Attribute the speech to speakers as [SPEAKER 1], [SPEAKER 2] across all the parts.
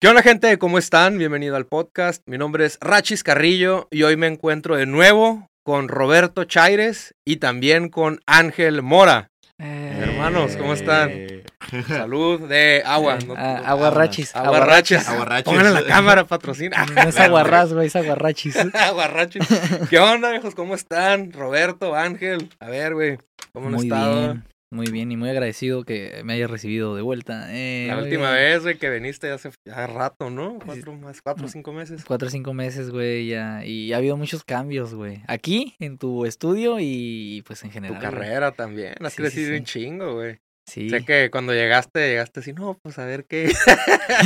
[SPEAKER 1] ¿Qué onda gente? ¿Cómo están? Bienvenido al podcast. Mi nombre es Rachis Carrillo y hoy me encuentro de nuevo con Roberto Chaires y también con Ángel Mora. Hermanos, ¿cómo están?
[SPEAKER 2] Eh,
[SPEAKER 1] Salud de agua. ¿no?
[SPEAKER 3] Ah, aguarrachis.
[SPEAKER 1] Aguarrachis.
[SPEAKER 2] Aguarrachis.
[SPEAKER 1] Pongan en la cámara, patrocina.
[SPEAKER 3] No es aguarrás, güey, es aguarrachis.
[SPEAKER 1] Aguarrachis. ¿Qué onda, viejos? ¿Cómo están? Roberto, Ángel. A ver, güey. ¿Cómo han
[SPEAKER 3] Muy
[SPEAKER 1] estado?
[SPEAKER 3] bien, muy bien y muy agradecido que me hayas recibido de vuelta. Eh,
[SPEAKER 1] La
[SPEAKER 3] muy
[SPEAKER 1] última
[SPEAKER 3] bien.
[SPEAKER 1] vez, güey, que viniste hace ya rato, ¿no? Cuatro más, cuatro
[SPEAKER 3] Mm.
[SPEAKER 1] o cinco meses.
[SPEAKER 3] Cuatro o cinco meses, güey, ya. Y ha habido muchos cambios, güey. Aquí, en tu estudio y pues en
[SPEAKER 1] Tu
[SPEAKER 3] general. güey.
[SPEAKER 1] carrera también. Has
[SPEAKER 3] Sí, sí,
[SPEAKER 1] crecido
[SPEAKER 3] sí.
[SPEAKER 1] un chingo, güey.
[SPEAKER 3] Sí.
[SPEAKER 1] Sé que cuando llegaste, llegaste así, no, pues a ver qué.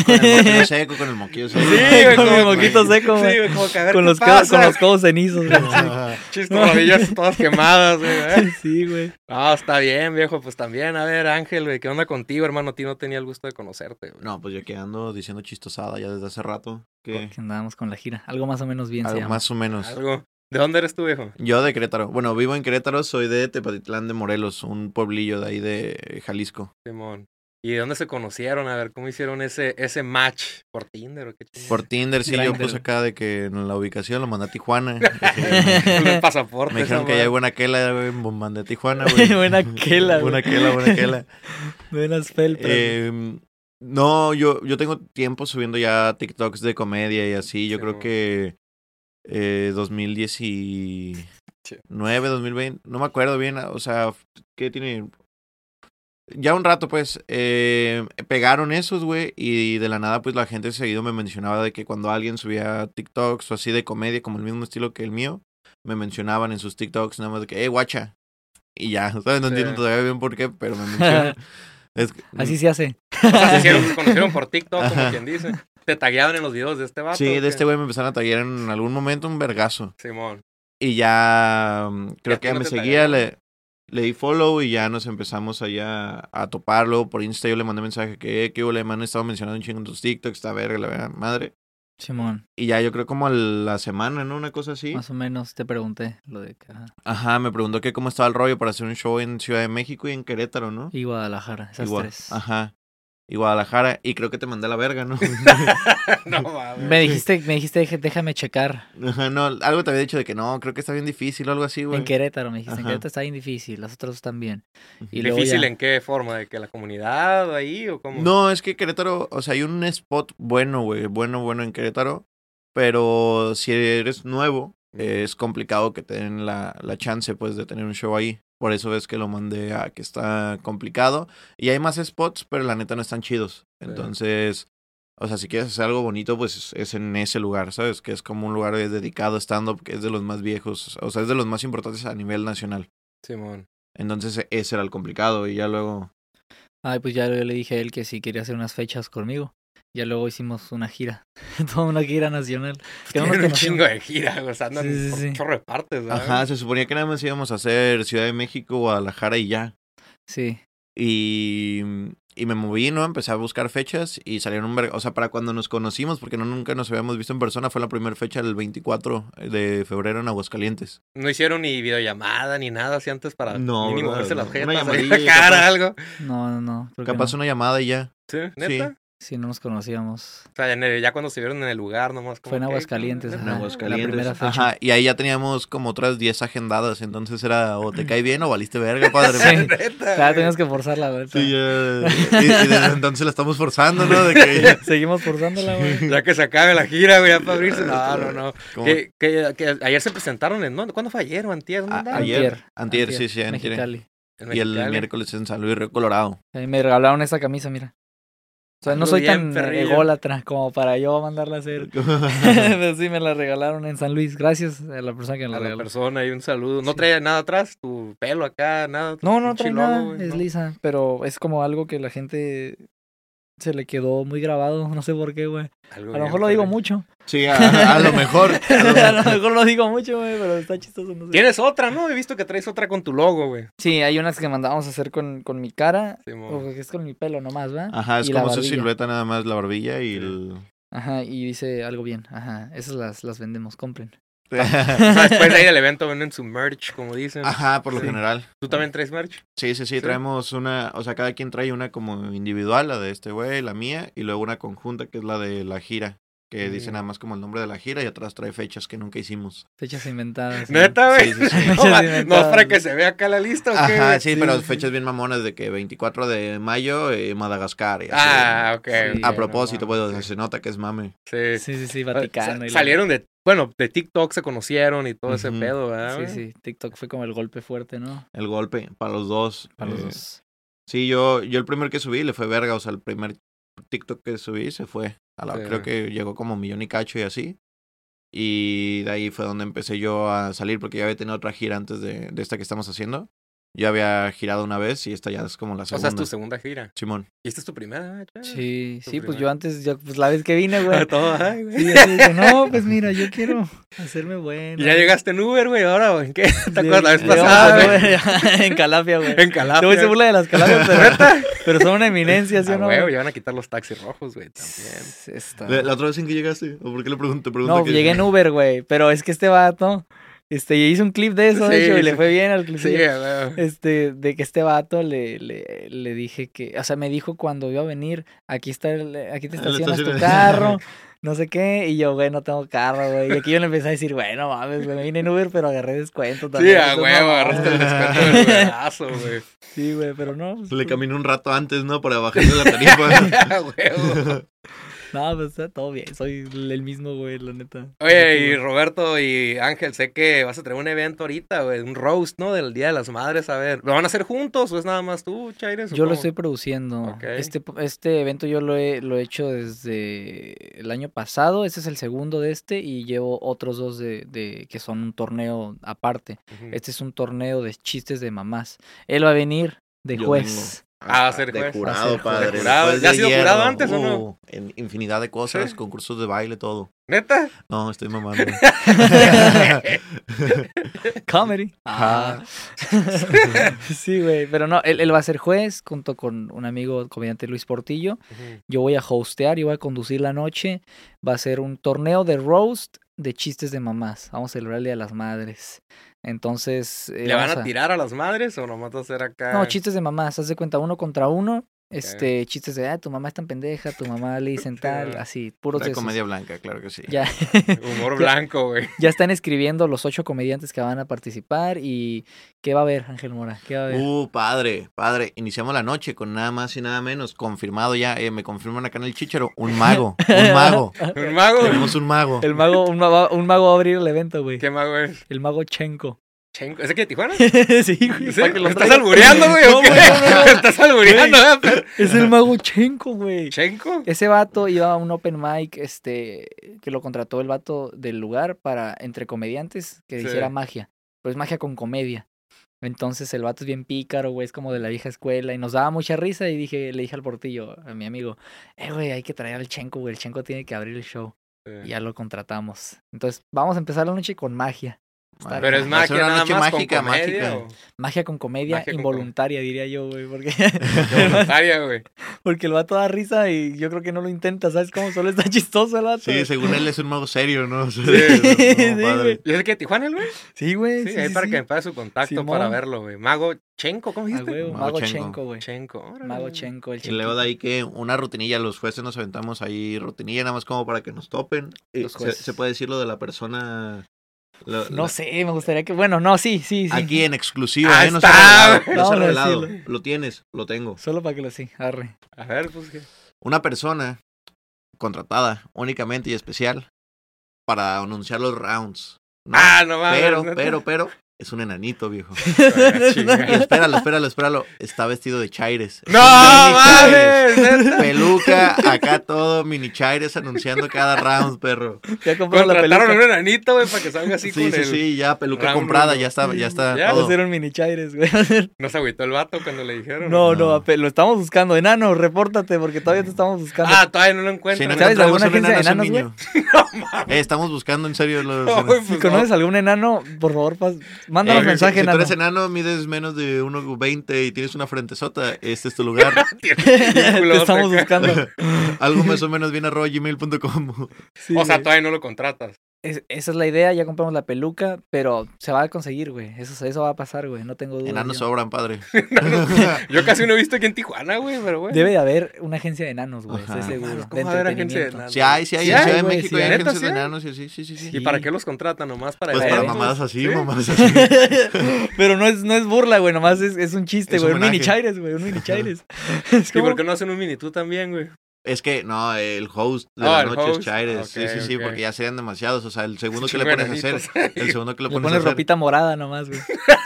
[SPEAKER 2] Con el moquillo seco, con el moquillo seco.
[SPEAKER 1] Sí, güey,
[SPEAKER 3] con mi
[SPEAKER 1] como-
[SPEAKER 3] moquito seco,
[SPEAKER 1] Sí,
[SPEAKER 3] güey.
[SPEAKER 1] güey, como que a ver
[SPEAKER 3] con,
[SPEAKER 1] qué
[SPEAKER 3] los codos,
[SPEAKER 1] pasa.
[SPEAKER 3] con los codos cenizos, güey.
[SPEAKER 2] Ajá.
[SPEAKER 1] Chis, tobillas todas quemadas, güey. ¿eh?
[SPEAKER 3] sí, güey.
[SPEAKER 1] No, está bien, viejo, pues también. A ver, Ángel, güey, ¿qué onda contigo, hermano? A ti no tenía el gusto de conocerte, güey.
[SPEAKER 2] No, pues yo que ando diciendo chistosada ya desde hace rato. Que
[SPEAKER 3] Que andábamos con la gira. Algo más o menos bien se
[SPEAKER 2] algo
[SPEAKER 3] llama.
[SPEAKER 2] más o menos.
[SPEAKER 1] Algo. ¿De dónde eres tú, viejo?
[SPEAKER 2] Yo de Querétaro. Bueno, vivo en Querétaro, soy de Tepatitlán de Morelos, un pueblillo de ahí de Jalisco.
[SPEAKER 1] Simón. ¿Y de dónde se conocieron? A ver, ¿cómo hicieron ese, ese match? ¿Por Tinder o qué
[SPEAKER 2] Por Tinder, sí, yo
[SPEAKER 3] Grindr.
[SPEAKER 2] puse acá de que en la ubicación lo mandé a Tijuana.
[SPEAKER 1] Por el pasaporte.
[SPEAKER 2] Me dijeron
[SPEAKER 1] esa
[SPEAKER 2] que allá
[SPEAKER 1] madre.
[SPEAKER 2] hay buena quela, güey, mandé a Tijuana, güey.
[SPEAKER 3] Buena quela, güey.
[SPEAKER 2] Buena quela, buena quela.
[SPEAKER 3] Buenas felpas.
[SPEAKER 2] Eh, no, yo, yo tengo tiempo subiendo ya TikToks de comedia y así. Yo
[SPEAKER 1] Sí,
[SPEAKER 2] creo
[SPEAKER 1] mo.
[SPEAKER 2] que eh, 2019,
[SPEAKER 1] Sí.
[SPEAKER 2] 2020, no me acuerdo bien. ah, O sea, ¿qué tiene? Ya un rato, pues, eh, pegaron esos, güey, y de la nada, pues, la gente seguido me mencionaba de que cuando alguien subía TikToks o así de comedia, como el mismo estilo que el mío, me mencionaban en sus TikToks nada más de que, eh, guacha. Y ya, ¿sabes? No
[SPEAKER 1] Sí.
[SPEAKER 2] entiendo todavía bien por qué, pero me mencionan. Es que-
[SPEAKER 3] Así se hace.
[SPEAKER 1] O sea, se, hicieron- se conocieron por TikTok, como
[SPEAKER 2] Ajá.
[SPEAKER 1] quien dice. Te tagueaban en los videos de este vato.
[SPEAKER 2] Sí,
[SPEAKER 1] o
[SPEAKER 2] de
[SPEAKER 1] qué?
[SPEAKER 2] este güey me empezaron a tallar en algún momento un vergazo.
[SPEAKER 1] Simón.
[SPEAKER 2] Y ya mm,
[SPEAKER 1] a
[SPEAKER 2] creo
[SPEAKER 1] ti
[SPEAKER 2] que ya
[SPEAKER 1] no
[SPEAKER 2] me
[SPEAKER 1] te
[SPEAKER 2] seguía,
[SPEAKER 1] tallaron?
[SPEAKER 2] le, le di follow y ya nos empezamos allá a toparlo. Por Insta yo le mandé mensaje que, eh, que le man, estaba mencionando un chingo en tus TikToks, esta verga, la verdad, madre.
[SPEAKER 3] Simón,
[SPEAKER 2] Y ya yo creo como a la semana, ¿no? Una cosa así.
[SPEAKER 3] más o menos te pregunté lo de que ajá,
[SPEAKER 2] Ajá, me preguntó que cómo estaba el rollo para hacer un show en Ciudad de México y en Querétaro, ¿no?
[SPEAKER 3] y Guadalajara, esas
[SPEAKER 2] Igua-
[SPEAKER 3] tres.
[SPEAKER 2] Ajá. Y Guadalajara. Y creo que te mandé a la verga, ¿no?
[SPEAKER 1] No mames.
[SPEAKER 3] Me dijiste, me dijiste, "Deje- déjame checar.
[SPEAKER 2] Ajá, no, algo te había dicho de que no, creo que está bien difícil o algo así, güey.
[SPEAKER 3] En Querétaro me dijiste, en
[SPEAKER 2] Ajá.
[SPEAKER 3] Querétaro está bien difícil, las otras también. Y luego
[SPEAKER 1] ¿Difícil ¿eh?
[SPEAKER 3] ya-
[SPEAKER 1] en qué forma? ¿De que la comunidad ahí o cómo?
[SPEAKER 2] No, es que Querétaro, o sea, hay un spot bueno, güey, bueno, bueno en Querétaro, pero si eres nuevo, eh, es complicado que te den la, la chance, pues, de tener un show ahí. Por eso es que lo mandé a que está complicado. Y hay más spots, pero la neta no están chidos. Entonces, o sea, si quieres hacer algo bonito, pues es- es en ese lugar, ¿sabes? Que es como un lugar eh, dedicado a stand-up, que es de los más viejos, o sea, es de los más importantes a nivel nacional.
[SPEAKER 1] Simón.
[SPEAKER 2] Entonces, eh, ese era el complicado y ya luego...
[SPEAKER 3] Ay, pues ya yo le dije a él que si quería hacer unas fechas conmigo. Ya luego hicimos una gira, toda una gira nacional.
[SPEAKER 2] Pues
[SPEAKER 3] Que no
[SPEAKER 1] Tienen
[SPEAKER 3] nos
[SPEAKER 1] un
[SPEAKER 3] conocíamos.
[SPEAKER 1] chingo de gira, güey, o sea, andan
[SPEAKER 3] Sí, sí,
[SPEAKER 1] por
[SPEAKER 3] sí.
[SPEAKER 1] un chorro de partes, ¿verdad?
[SPEAKER 2] Ajá, se suponía que nada más íbamos a hacer Ciudad de México, Guadalajara y ya.
[SPEAKER 3] Sí,
[SPEAKER 2] Y, y me moví, ¿no? Empecé a buscar fechas y salieron un verga- O sea, para cuando nos conocimos, porque no, nunca nos habíamos visto en persona, fue la primera fecha, el 24 de febrero en Aguascalientes.
[SPEAKER 1] No hicieron ni videollamada ni nada así antes para
[SPEAKER 2] No,
[SPEAKER 1] mínimo
[SPEAKER 2] ¿verdad?
[SPEAKER 1] verse las
[SPEAKER 2] Una
[SPEAKER 1] jetas, abrir
[SPEAKER 2] llamadilla,
[SPEAKER 1] la cara,
[SPEAKER 2] capaz.
[SPEAKER 1] algo.
[SPEAKER 3] no, no, no. creo que
[SPEAKER 2] Capaz
[SPEAKER 3] no.
[SPEAKER 2] una llamada y ya.
[SPEAKER 1] Sí, neta.
[SPEAKER 2] Sí.
[SPEAKER 3] Sí, no nos conocíamos.
[SPEAKER 1] O sea, en el- ya cuando se vieron en el lugar nomás. como
[SPEAKER 3] Fue en
[SPEAKER 1] que,
[SPEAKER 3] Aguascalientes,
[SPEAKER 1] ¿qué
[SPEAKER 3] ajá,
[SPEAKER 1] onda?
[SPEAKER 3] la Aguascalientes. primera fecha.
[SPEAKER 2] Ajá, y ahí ya teníamos como otras 10 agendadas, entonces era o te cae bien o valiste verga, padre.
[SPEAKER 3] Sí.
[SPEAKER 2] Sí.
[SPEAKER 1] Neta,
[SPEAKER 3] Claro,
[SPEAKER 1] güey.
[SPEAKER 3] tenías Ah, que forzarla, ¿verdad?
[SPEAKER 2] ya. Y, y desde entonces la estamos forzando, ¿no? De que,
[SPEAKER 3] Seguimos forzándola, güey.
[SPEAKER 1] Ya que se acabe la gira, güey, ya para abrirse.
[SPEAKER 3] Ah,
[SPEAKER 1] No, no, no.
[SPEAKER 2] como-
[SPEAKER 1] Que, que, que ayer se presentaron en dónde? ¿Cuándo fue ayer o antier? ¿Dónde
[SPEAKER 2] A-
[SPEAKER 1] andaban?
[SPEAKER 2] ayer, antier, sí, sí, antier.
[SPEAKER 3] Mexicali.
[SPEAKER 1] En
[SPEAKER 2] y el
[SPEAKER 1] Mexicali.
[SPEAKER 2] miércoles en San Luis Río Colorado.
[SPEAKER 3] A mí me regalaron esa camisa, mira. O sea, no
[SPEAKER 1] Ando
[SPEAKER 3] soy
[SPEAKER 1] bien
[SPEAKER 3] tan
[SPEAKER 1] perrillo.
[SPEAKER 3] ególatra como para yo mandarla a hacer. Pero Pues sí, me la regalaron en San Luis. Gracias a la persona que me la
[SPEAKER 1] a la
[SPEAKER 3] regaló.
[SPEAKER 1] persona y un saludo. No
[SPEAKER 3] Sí.
[SPEAKER 1] trae nada atrás, tu pelo acá, nada.
[SPEAKER 3] No, no
[SPEAKER 1] pinche
[SPEAKER 3] trae
[SPEAKER 1] logo,
[SPEAKER 3] nada,
[SPEAKER 1] güey,
[SPEAKER 3] es
[SPEAKER 1] ¿no?
[SPEAKER 3] lisa, pero es como algo que la gente se le quedó muy grabado, no sé por qué, güey.
[SPEAKER 1] Algo
[SPEAKER 3] A
[SPEAKER 1] bien
[SPEAKER 3] lo mejor lo digo
[SPEAKER 1] perrillo.
[SPEAKER 3] mucho.
[SPEAKER 2] Sí, a, a lo mejor. a lo
[SPEAKER 3] a
[SPEAKER 2] mejor.
[SPEAKER 3] lo mejor lo digo mucho, güey, pero está chistoso, no sé.
[SPEAKER 1] Tienes otra, ¿no? He visto que traes otra con tu logo, güey.
[SPEAKER 3] Sí, hay unas que mandábamos a hacer con, con mi cara,
[SPEAKER 1] Simón.
[SPEAKER 3] o que es con mi pelo nomás, ¿va?
[SPEAKER 2] Ajá, es
[SPEAKER 3] Y la
[SPEAKER 2] como su
[SPEAKER 3] barbilla.
[SPEAKER 2] silueta nada más, la barbilla y
[SPEAKER 1] Sí.
[SPEAKER 2] el...
[SPEAKER 3] Ajá, y dice algo bien, ajá, esas las, las vendemos, compren.
[SPEAKER 1] O sea, después de ahí del evento venden su merch, como dicen.
[SPEAKER 2] Ajá, por lo
[SPEAKER 1] Sí.
[SPEAKER 2] general.
[SPEAKER 1] ¿Tú también traes merch?
[SPEAKER 2] Sí, sí, sí, traemos una, o sea, cada quien trae una como individual, la de este güey, la mía, y luego una conjunta que es la de la gira, que
[SPEAKER 1] Mm.
[SPEAKER 2] dice nada más como el nombre de la gira y atrás trae fechas que nunca hicimos.
[SPEAKER 3] Fechas inventadas. ¿no?
[SPEAKER 1] Neta, güey.
[SPEAKER 2] Sí, sí, sí.
[SPEAKER 1] No, ma-
[SPEAKER 3] Sí,
[SPEAKER 1] no,
[SPEAKER 3] neta.
[SPEAKER 1] es para que se vea acá la lista, ¿o qué?
[SPEAKER 2] Ajá,
[SPEAKER 1] güey?
[SPEAKER 2] sí, pero fechas bien mamonas de que 24 de mayo, eh, Madagascar. y así.
[SPEAKER 1] Ah, ok.
[SPEAKER 3] Sí,
[SPEAKER 1] ok,
[SPEAKER 2] A
[SPEAKER 1] no
[SPEAKER 2] propósito,
[SPEAKER 1] mames,
[SPEAKER 2] pues, se nota que es mame.
[SPEAKER 1] Sí.
[SPEAKER 3] Sí, sí, sí,
[SPEAKER 1] Ah, sa-
[SPEAKER 3] Vaticano. y la-
[SPEAKER 1] salieron de, bueno, de TikTok se conocieron y todo ese
[SPEAKER 2] Ujú.
[SPEAKER 1] pedo, ¿verdad?
[SPEAKER 3] Sí,
[SPEAKER 1] güey?
[SPEAKER 3] sí, TikTok fue como el golpe fuerte, ¿no?
[SPEAKER 2] El golpe para los dos.
[SPEAKER 3] Para los
[SPEAKER 2] Eh,
[SPEAKER 3] dos.
[SPEAKER 2] Sí, yo, yo el primer que subí le fue verga, o sea, el primer TikTok que subí se fue. A la,
[SPEAKER 1] Sí.
[SPEAKER 2] Creo que llegó como millón y cacho y así. Y de ahí fue donde empecé yo a salir, porque ya había tenido otra gira antes de, de esta que estamos haciendo. Yo había girado una vez y esta ya es como la
[SPEAKER 1] O
[SPEAKER 2] segunda.
[SPEAKER 1] sea, es tu segunda gira.
[SPEAKER 2] Simón.
[SPEAKER 1] Y esta es tu primera, güey, ya.
[SPEAKER 3] Sí,
[SPEAKER 1] tu
[SPEAKER 3] sí, pues
[SPEAKER 1] primer-
[SPEAKER 3] yo antes, yo, pues la vez que vine,
[SPEAKER 1] A
[SPEAKER 3] güey.
[SPEAKER 1] todo, ay, güey.
[SPEAKER 3] Sí, así de que, no, pues mira, yo quiero hacerme bueno.
[SPEAKER 1] Y ya llegaste en Uber, güey, ahora, güey, ¿en qué? ¿Te acuerdas la vez
[SPEAKER 2] sí,
[SPEAKER 1] pasada,
[SPEAKER 2] vamos,
[SPEAKER 1] güey?
[SPEAKER 3] en Calafia, güey.
[SPEAKER 1] En Calafia.
[SPEAKER 3] Te voy a hacer burla de las Calafias, pero, pero son una eminencia, ¿sí
[SPEAKER 1] Ah,
[SPEAKER 3] o no?
[SPEAKER 1] güey,
[SPEAKER 3] güey?
[SPEAKER 1] ya van a quitar los taxis rojos, güey, también. Ah.
[SPEAKER 3] Está-
[SPEAKER 2] La, la otra vez en que llegaste, ¿o por qué le pregunto? Te pregunto
[SPEAKER 3] No,
[SPEAKER 2] que-
[SPEAKER 3] llegué en Uber, güey, pero es que este vato, este, hizo un clip de eso, de
[SPEAKER 1] Sí,
[SPEAKER 3] hecho, y
[SPEAKER 1] sí.
[SPEAKER 3] le fue bien al clip.
[SPEAKER 1] Sí, güey.
[SPEAKER 3] Este, de que este vato le, le, le dije que, o sea, me dijo cuando iba a venir, aquí está el- eh, aquí te
[SPEAKER 1] Ah,
[SPEAKER 2] El
[SPEAKER 3] estacionas tu
[SPEAKER 2] estacion-
[SPEAKER 3] carro, no sé qué, y yo, güey, no tengo carro, güey. Y aquí yo le empecé a decir, güey, no mames, güey, me vine en Uber, pero agarré descuento también.
[SPEAKER 1] Sí, a
[SPEAKER 3] esas
[SPEAKER 1] huevo,
[SPEAKER 3] mamadas".
[SPEAKER 1] agarraste el descuento del brazo, güey.
[SPEAKER 3] Sí, güey, pero no. pues,
[SPEAKER 2] Le caminé un rato antes, ¿no? Para bajarle la tarifa.
[SPEAKER 1] A huevo.
[SPEAKER 3] No, pues está todo bien, soy el el mismo, güey, la neta.
[SPEAKER 1] Oye, y Roberto y Ángel, sé que vas a tener un evento ahorita, güey, un roast, ¿no? Del Día de las Madres, a ver. ¿Lo van a hacer juntos o es nada más tú, Chaires? o
[SPEAKER 3] Yo lo
[SPEAKER 1] cómo?
[SPEAKER 3] estoy produciendo.
[SPEAKER 1] Ok.
[SPEAKER 3] Este, po- este evento yo lo he, lo he hecho desde el año pasado. Este es el segundo de este y llevo otros dos de, de- que son un torneo aparte.
[SPEAKER 1] Ujú.
[SPEAKER 3] Este es un torneo de chistes de mamás. Él va a venir de
[SPEAKER 2] Yo
[SPEAKER 3] juez.
[SPEAKER 1] Ah, va a ser
[SPEAKER 2] de
[SPEAKER 1] juez.
[SPEAKER 3] Va a
[SPEAKER 2] jurado,
[SPEAKER 3] ser
[SPEAKER 2] padre.
[SPEAKER 1] juez.
[SPEAKER 2] de
[SPEAKER 1] Jurado.
[SPEAKER 2] juez
[SPEAKER 1] ¿Ya has
[SPEAKER 2] de
[SPEAKER 1] sido
[SPEAKER 2] hierro.
[SPEAKER 1] jurado antes o no?
[SPEAKER 2] Uh, en infinidad de cosas,
[SPEAKER 1] Sí.
[SPEAKER 2] concursos de baile, todo.
[SPEAKER 1] ¿Neta?
[SPEAKER 2] No, estoy mamando.
[SPEAKER 3] Comedy. Ah.
[SPEAKER 2] Ajá.
[SPEAKER 3] sí, güey. Pero no, él, él va a ser juez junto con un amigo comediante Luis Portillo. Yo voy a hostear, yo voy a conducir la noche. Va a ser un torneo de roast de chistes de mamás. Vamos a celebrar el Día de las Madres. Entonces. eh,
[SPEAKER 1] ¿Le van
[SPEAKER 3] vamos
[SPEAKER 1] a tirar a las madres o nomás va a ser acá?
[SPEAKER 3] No, chistes de mamás. Haz de cuenta, uno contra uno. Este, chistes de, ah, tu mamá es tan pendeja, tu mamá le dicen tal,
[SPEAKER 1] va.
[SPEAKER 3] así, puros de
[SPEAKER 2] La
[SPEAKER 3] esos.
[SPEAKER 2] comedia blanca, claro que sí.
[SPEAKER 3] Ya,
[SPEAKER 1] Humor blanco, güey.
[SPEAKER 3] ya están escribiendo los ocho comediantes que van a participar y ¿qué va a haber, Ángel Mora? ¿Qué va a haber?
[SPEAKER 2] Uh, padre, padre. Iniciamos la noche con nada más y nada menos. Confirmado ya, eh, me confirman acá en el chicharo. Un mago, un mago.
[SPEAKER 3] Ah,
[SPEAKER 1] ¿Un mago?
[SPEAKER 2] Tenemos un mago.
[SPEAKER 3] El mago, un mago, un mago va a abrir el evento, güey.
[SPEAKER 1] ¿Qué mago es?
[SPEAKER 3] El mago Chenko.
[SPEAKER 1] Chenco. ¿Es aquí de Tijuana?
[SPEAKER 3] sí, güey.
[SPEAKER 1] ¿Sí?
[SPEAKER 3] para que lo
[SPEAKER 1] ¿Me estás
[SPEAKER 3] traiga.
[SPEAKER 1] albureando, güey?
[SPEAKER 3] No,
[SPEAKER 1] ¿O qué?
[SPEAKER 3] güey, no, no, no.
[SPEAKER 1] ¿Me estás albureando, eh? Pero-
[SPEAKER 3] Es el mago Chenko, güey.
[SPEAKER 1] ¿Chenco?
[SPEAKER 3] Ese vato iba a un open mic, este, que lo contrató el vato del lugar para, entre comediantes, que
[SPEAKER 1] Sí.
[SPEAKER 3] hiciera magia. Pero es magia con comedia. Entonces el vato es bien pícaro, güey, es como de la vieja escuela. Y nos daba mucha risa y dije, le dije al portillo, a mi amigo, eh, güey, hay que traer al Chenko, güey, el Chenko tiene que abrir el show.
[SPEAKER 1] Eh,
[SPEAKER 3] Y ya lo contratamos. Entonces vamos a empezar la noche con magia.
[SPEAKER 2] Madre,
[SPEAKER 1] Pero es
[SPEAKER 2] va a
[SPEAKER 1] magia,
[SPEAKER 2] ser una
[SPEAKER 1] nada
[SPEAKER 2] noche
[SPEAKER 1] más
[SPEAKER 2] mágica,
[SPEAKER 1] con comedia,
[SPEAKER 2] mágica.
[SPEAKER 1] o-
[SPEAKER 3] Magia con comedia
[SPEAKER 1] Magia con comedia.
[SPEAKER 3] involuntaria, diría yo, güey, porque,
[SPEAKER 1] Voluntaria, güey.
[SPEAKER 3] porque el vato da risa y yo creo que no lo intenta, ¿sabes cómo? Solo está chistoso el vato.
[SPEAKER 2] Sí, según él es un mago serio, ¿no? Sí,
[SPEAKER 3] sí, güey.
[SPEAKER 1] ¿Y es aquí de Tijuana, el güey?
[SPEAKER 3] Sí, güey.
[SPEAKER 1] Sí, ahí para que Ah, me pague su contacto para
[SPEAKER 3] Simón.
[SPEAKER 1] verlo, güey. Mago Chenco, ¿cómo
[SPEAKER 3] A
[SPEAKER 1] dijiste?
[SPEAKER 3] huevo,
[SPEAKER 2] Mago
[SPEAKER 3] Mago
[SPEAKER 2] Chenko.
[SPEAKER 3] Chenko, güey.
[SPEAKER 1] Chenco. órale.
[SPEAKER 3] Mago Chenko, el
[SPEAKER 2] Y
[SPEAKER 3] Chenko.
[SPEAKER 2] luego de ahí que una rutinilla, los jueces nos aventamos ahí rutinilla, nada más como para que nos topen. Y
[SPEAKER 3] Los
[SPEAKER 2] se,
[SPEAKER 3] jueces.
[SPEAKER 2] se puede decir lo de la persona. lo-
[SPEAKER 3] No
[SPEAKER 2] la-
[SPEAKER 3] sé, me gustaría que. Bueno, no, sí, sí, sí.
[SPEAKER 2] Aquí en exclusiva,
[SPEAKER 1] Ah,
[SPEAKER 2] eh, no se
[SPEAKER 1] está,
[SPEAKER 3] güey.
[SPEAKER 2] ha revelado. No se ha
[SPEAKER 3] Vamos a
[SPEAKER 2] revelado.
[SPEAKER 3] decirlo.
[SPEAKER 2] Lo tienes, lo tengo.
[SPEAKER 3] Solo para que lo sí, arre.
[SPEAKER 1] A ver, pues ¿qué?
[SPEAKER 2] Una persona contratada únicamente y especial para anunciar los rounds. No,
[SPEAKER 1] Ah, no mames.
[SPEAKER 2] pero,
[SPEAKER 1] neta.
[SPEAKER 2] pero, pero, es un enanito, viejo.
[SPEAKER 1] Ah,
[SPEAKER 2] Y
[SPEAKER 1] chinga.
[SPEAKER 2] espéralo, espéralo, espéralo. Está vestido de chaires.
[SPEAKER 1] No
[SPEAKER 2] Es
[SPEAKER 1] mames, neta.
[SPEAKER 2] un mini Chaires. Peluca, acá todo, mini chaires anunciando cada round, perro.
[SPEAKER 3] Ya compró la
[SPEAKER 1] Contrataron a un
[SPEAKER 3] peluca.
[SPEAKER 1] enanito, güey, para que salga así
[SPEAKER 2] Sí,
[SPEAKER 1] con
[SPEAKER 2] sí,
[SPEAKER 1] el.
[SPEAKER 2] sí, ya, peluca
[SPEAKER 1] round
[SPEAKER 2] comprada,
[SPEAKER 1] uno.
[SPEAKER 2] ya está, ya está.
[SPEAKER 1] Ya,
[SPEAKER 3] Va
[SPEAKER 2] todo.
[SPEAKER 3] a ser un mini chaires, güey.
[SPEAKER 1] No se agüitó el vato cuando le dijeron.
[SPEAKER 3] No,
[SPEAKER 2] No.
[SPEAKER 3] no, ape- lo estamos buscando. Enano, repórtate porque todavía te estamos buscando.
[SPEAKER 1] Ah, todavía no lo
[SPEAKER 2] Si
[SPEAKER 1] encuentran.
[SPEAKER 2] no
[SPEAKER 3] ¿Sabes de
[SPEAKER 2] encontramos
[SPEAKER 3] alguna
[SPEAKER 2] un
[SPEAKER 3] agencia de
[SPEAKER 2] enano, es un
[SPEAKER 3] enanos,
[SPEAKER 2] niño. Eh, estamos buscando en serio los
[SPEAKER 1] No,
[SPEAKER 2] enanos.
[SPEAKER 1] güey,
[SPEAKER 3] si
[SPEAKER 1] pues,
[SPEAKER 3] conoces algún enano, por favor, pas... mándanos
[SPEAKER 2] Eh,
[SPEAKER 3] mensaje,
[SPEAKER 2] si, si tú
[SPEAKER 3] enano.
[SPEAKER 2] eres enano, mides menos de 1.20 y tienes una frentezota, este es tu lugar.
[SPEAKER 1] no. Tiene
[SPEAKER 3] te
[SPEAKER 1] culote
[SPEAKER 3] estamos
[SPEAKER 1] acá.
[SPEAKER 3] buscando.
[SPEAKER 2] Algo más o menos bien arroba gmail.com.
[SPEAKER 3] Sí,
[SPEAKER 1] O sea,
[SPEAKER 3] güey.
[SPEAKER 1] todavía no lo contratas.
[SPEAKER 3] es- esa es la idea, ya compramos la peluca, pero se va a conseguir, güey. Eso, eso va a pasar, güey. No tengo duda.
[SPEAKER 2] Enanos
[SPEAKER 3] yo.
[SPEAKER 2] sobran, padre.
[SPEAKER 1] Yo casi no he visto aquí en Tijuana, güey, pero bueno.
[SPEAKER 3] Debe de haber una agencia de enanos, güey.
[SPEAKER 2] Ajá.
[SPEAKER 3] Estoy seguro.
[SPEAKER 1] Hermanos,
[SPEAKER 3] De
[SPEAKER 1] ¿cómo va a haber agencia de
[SPEAKER 3] entretenimiento.
[SPEAKER 1] enanos?
[SPEAKER 2] Sí hay, sí hay.
[SPEAKER 1] Sí
[SPEAKER 2] en
[SPEAKER 1] hay,
[SPEAKER 2] Ciudad de
[SPEAKER 3] güey,
[SPEAKER 2] México
[SPEAKER 3] sí
[SPEAKER 2] hay
[SPEAKER 1] hay.
[SPEAKER 2] agencias
[SPEAKER 1] ¿Neta,
[SPEAKER 2] de
[SPEAKER 1] sí hay?
[SPEAKER 2] enanos y así, sí, sí, sí.
[SPEAKER 1] ¿Y para qué los contratan? ¿Nomás para
[SPEAKER 2] Pues para
[SPEAKER 3] eventos?
[SPEAKER 2] mamadas así,
[SPEAKER 1] Sí.
[SPEAKER 2] mamadas así.
[SPEAKER 3] Pero no es, no es burla, güey, nomás es, es un chiste,
[SPEAKER 2] Es
[SPEAKER 3] güey. Un
[SPEAKER 2] homenaje.
[SPEAKER 3] mini chaires, güey, un mini chaires. Es
[SPEAKER 1] ¿Y por
[SPEAKER 3] como-
[SPEAKER 1] qué no hacen un mini tú también, güey?
[SPEAKER 2] Es que, no, el host de
[SPEAKER 1] Ah,
[SPEAKER 2] la
[SPEAKER 1] el
[SPEAKER 2] noche
[SPEAKER 1] host.
[SPEAKER 2] es Chaires. sí,
[SPEAKER 1] Ok,
[SPEAKER 2] sí, sí,
[SPEAKER 1] ok.
[SPEAKER 2] porque ya serían demasiados. O sea, el segundo que
[SPEAKER 1] Sí,
[SPEAKER 2] le pones a hacer.
[SPEAKER 1] enanitos.
[SPEAKER 2] El segundo que le
[SPEAKER 3] Le
[SPEAKER 2] pones a
[SPEAKER 3] pones
[SPEAKER 2] hacer.
[SPEAKER 3] ropita morada nomás, güey.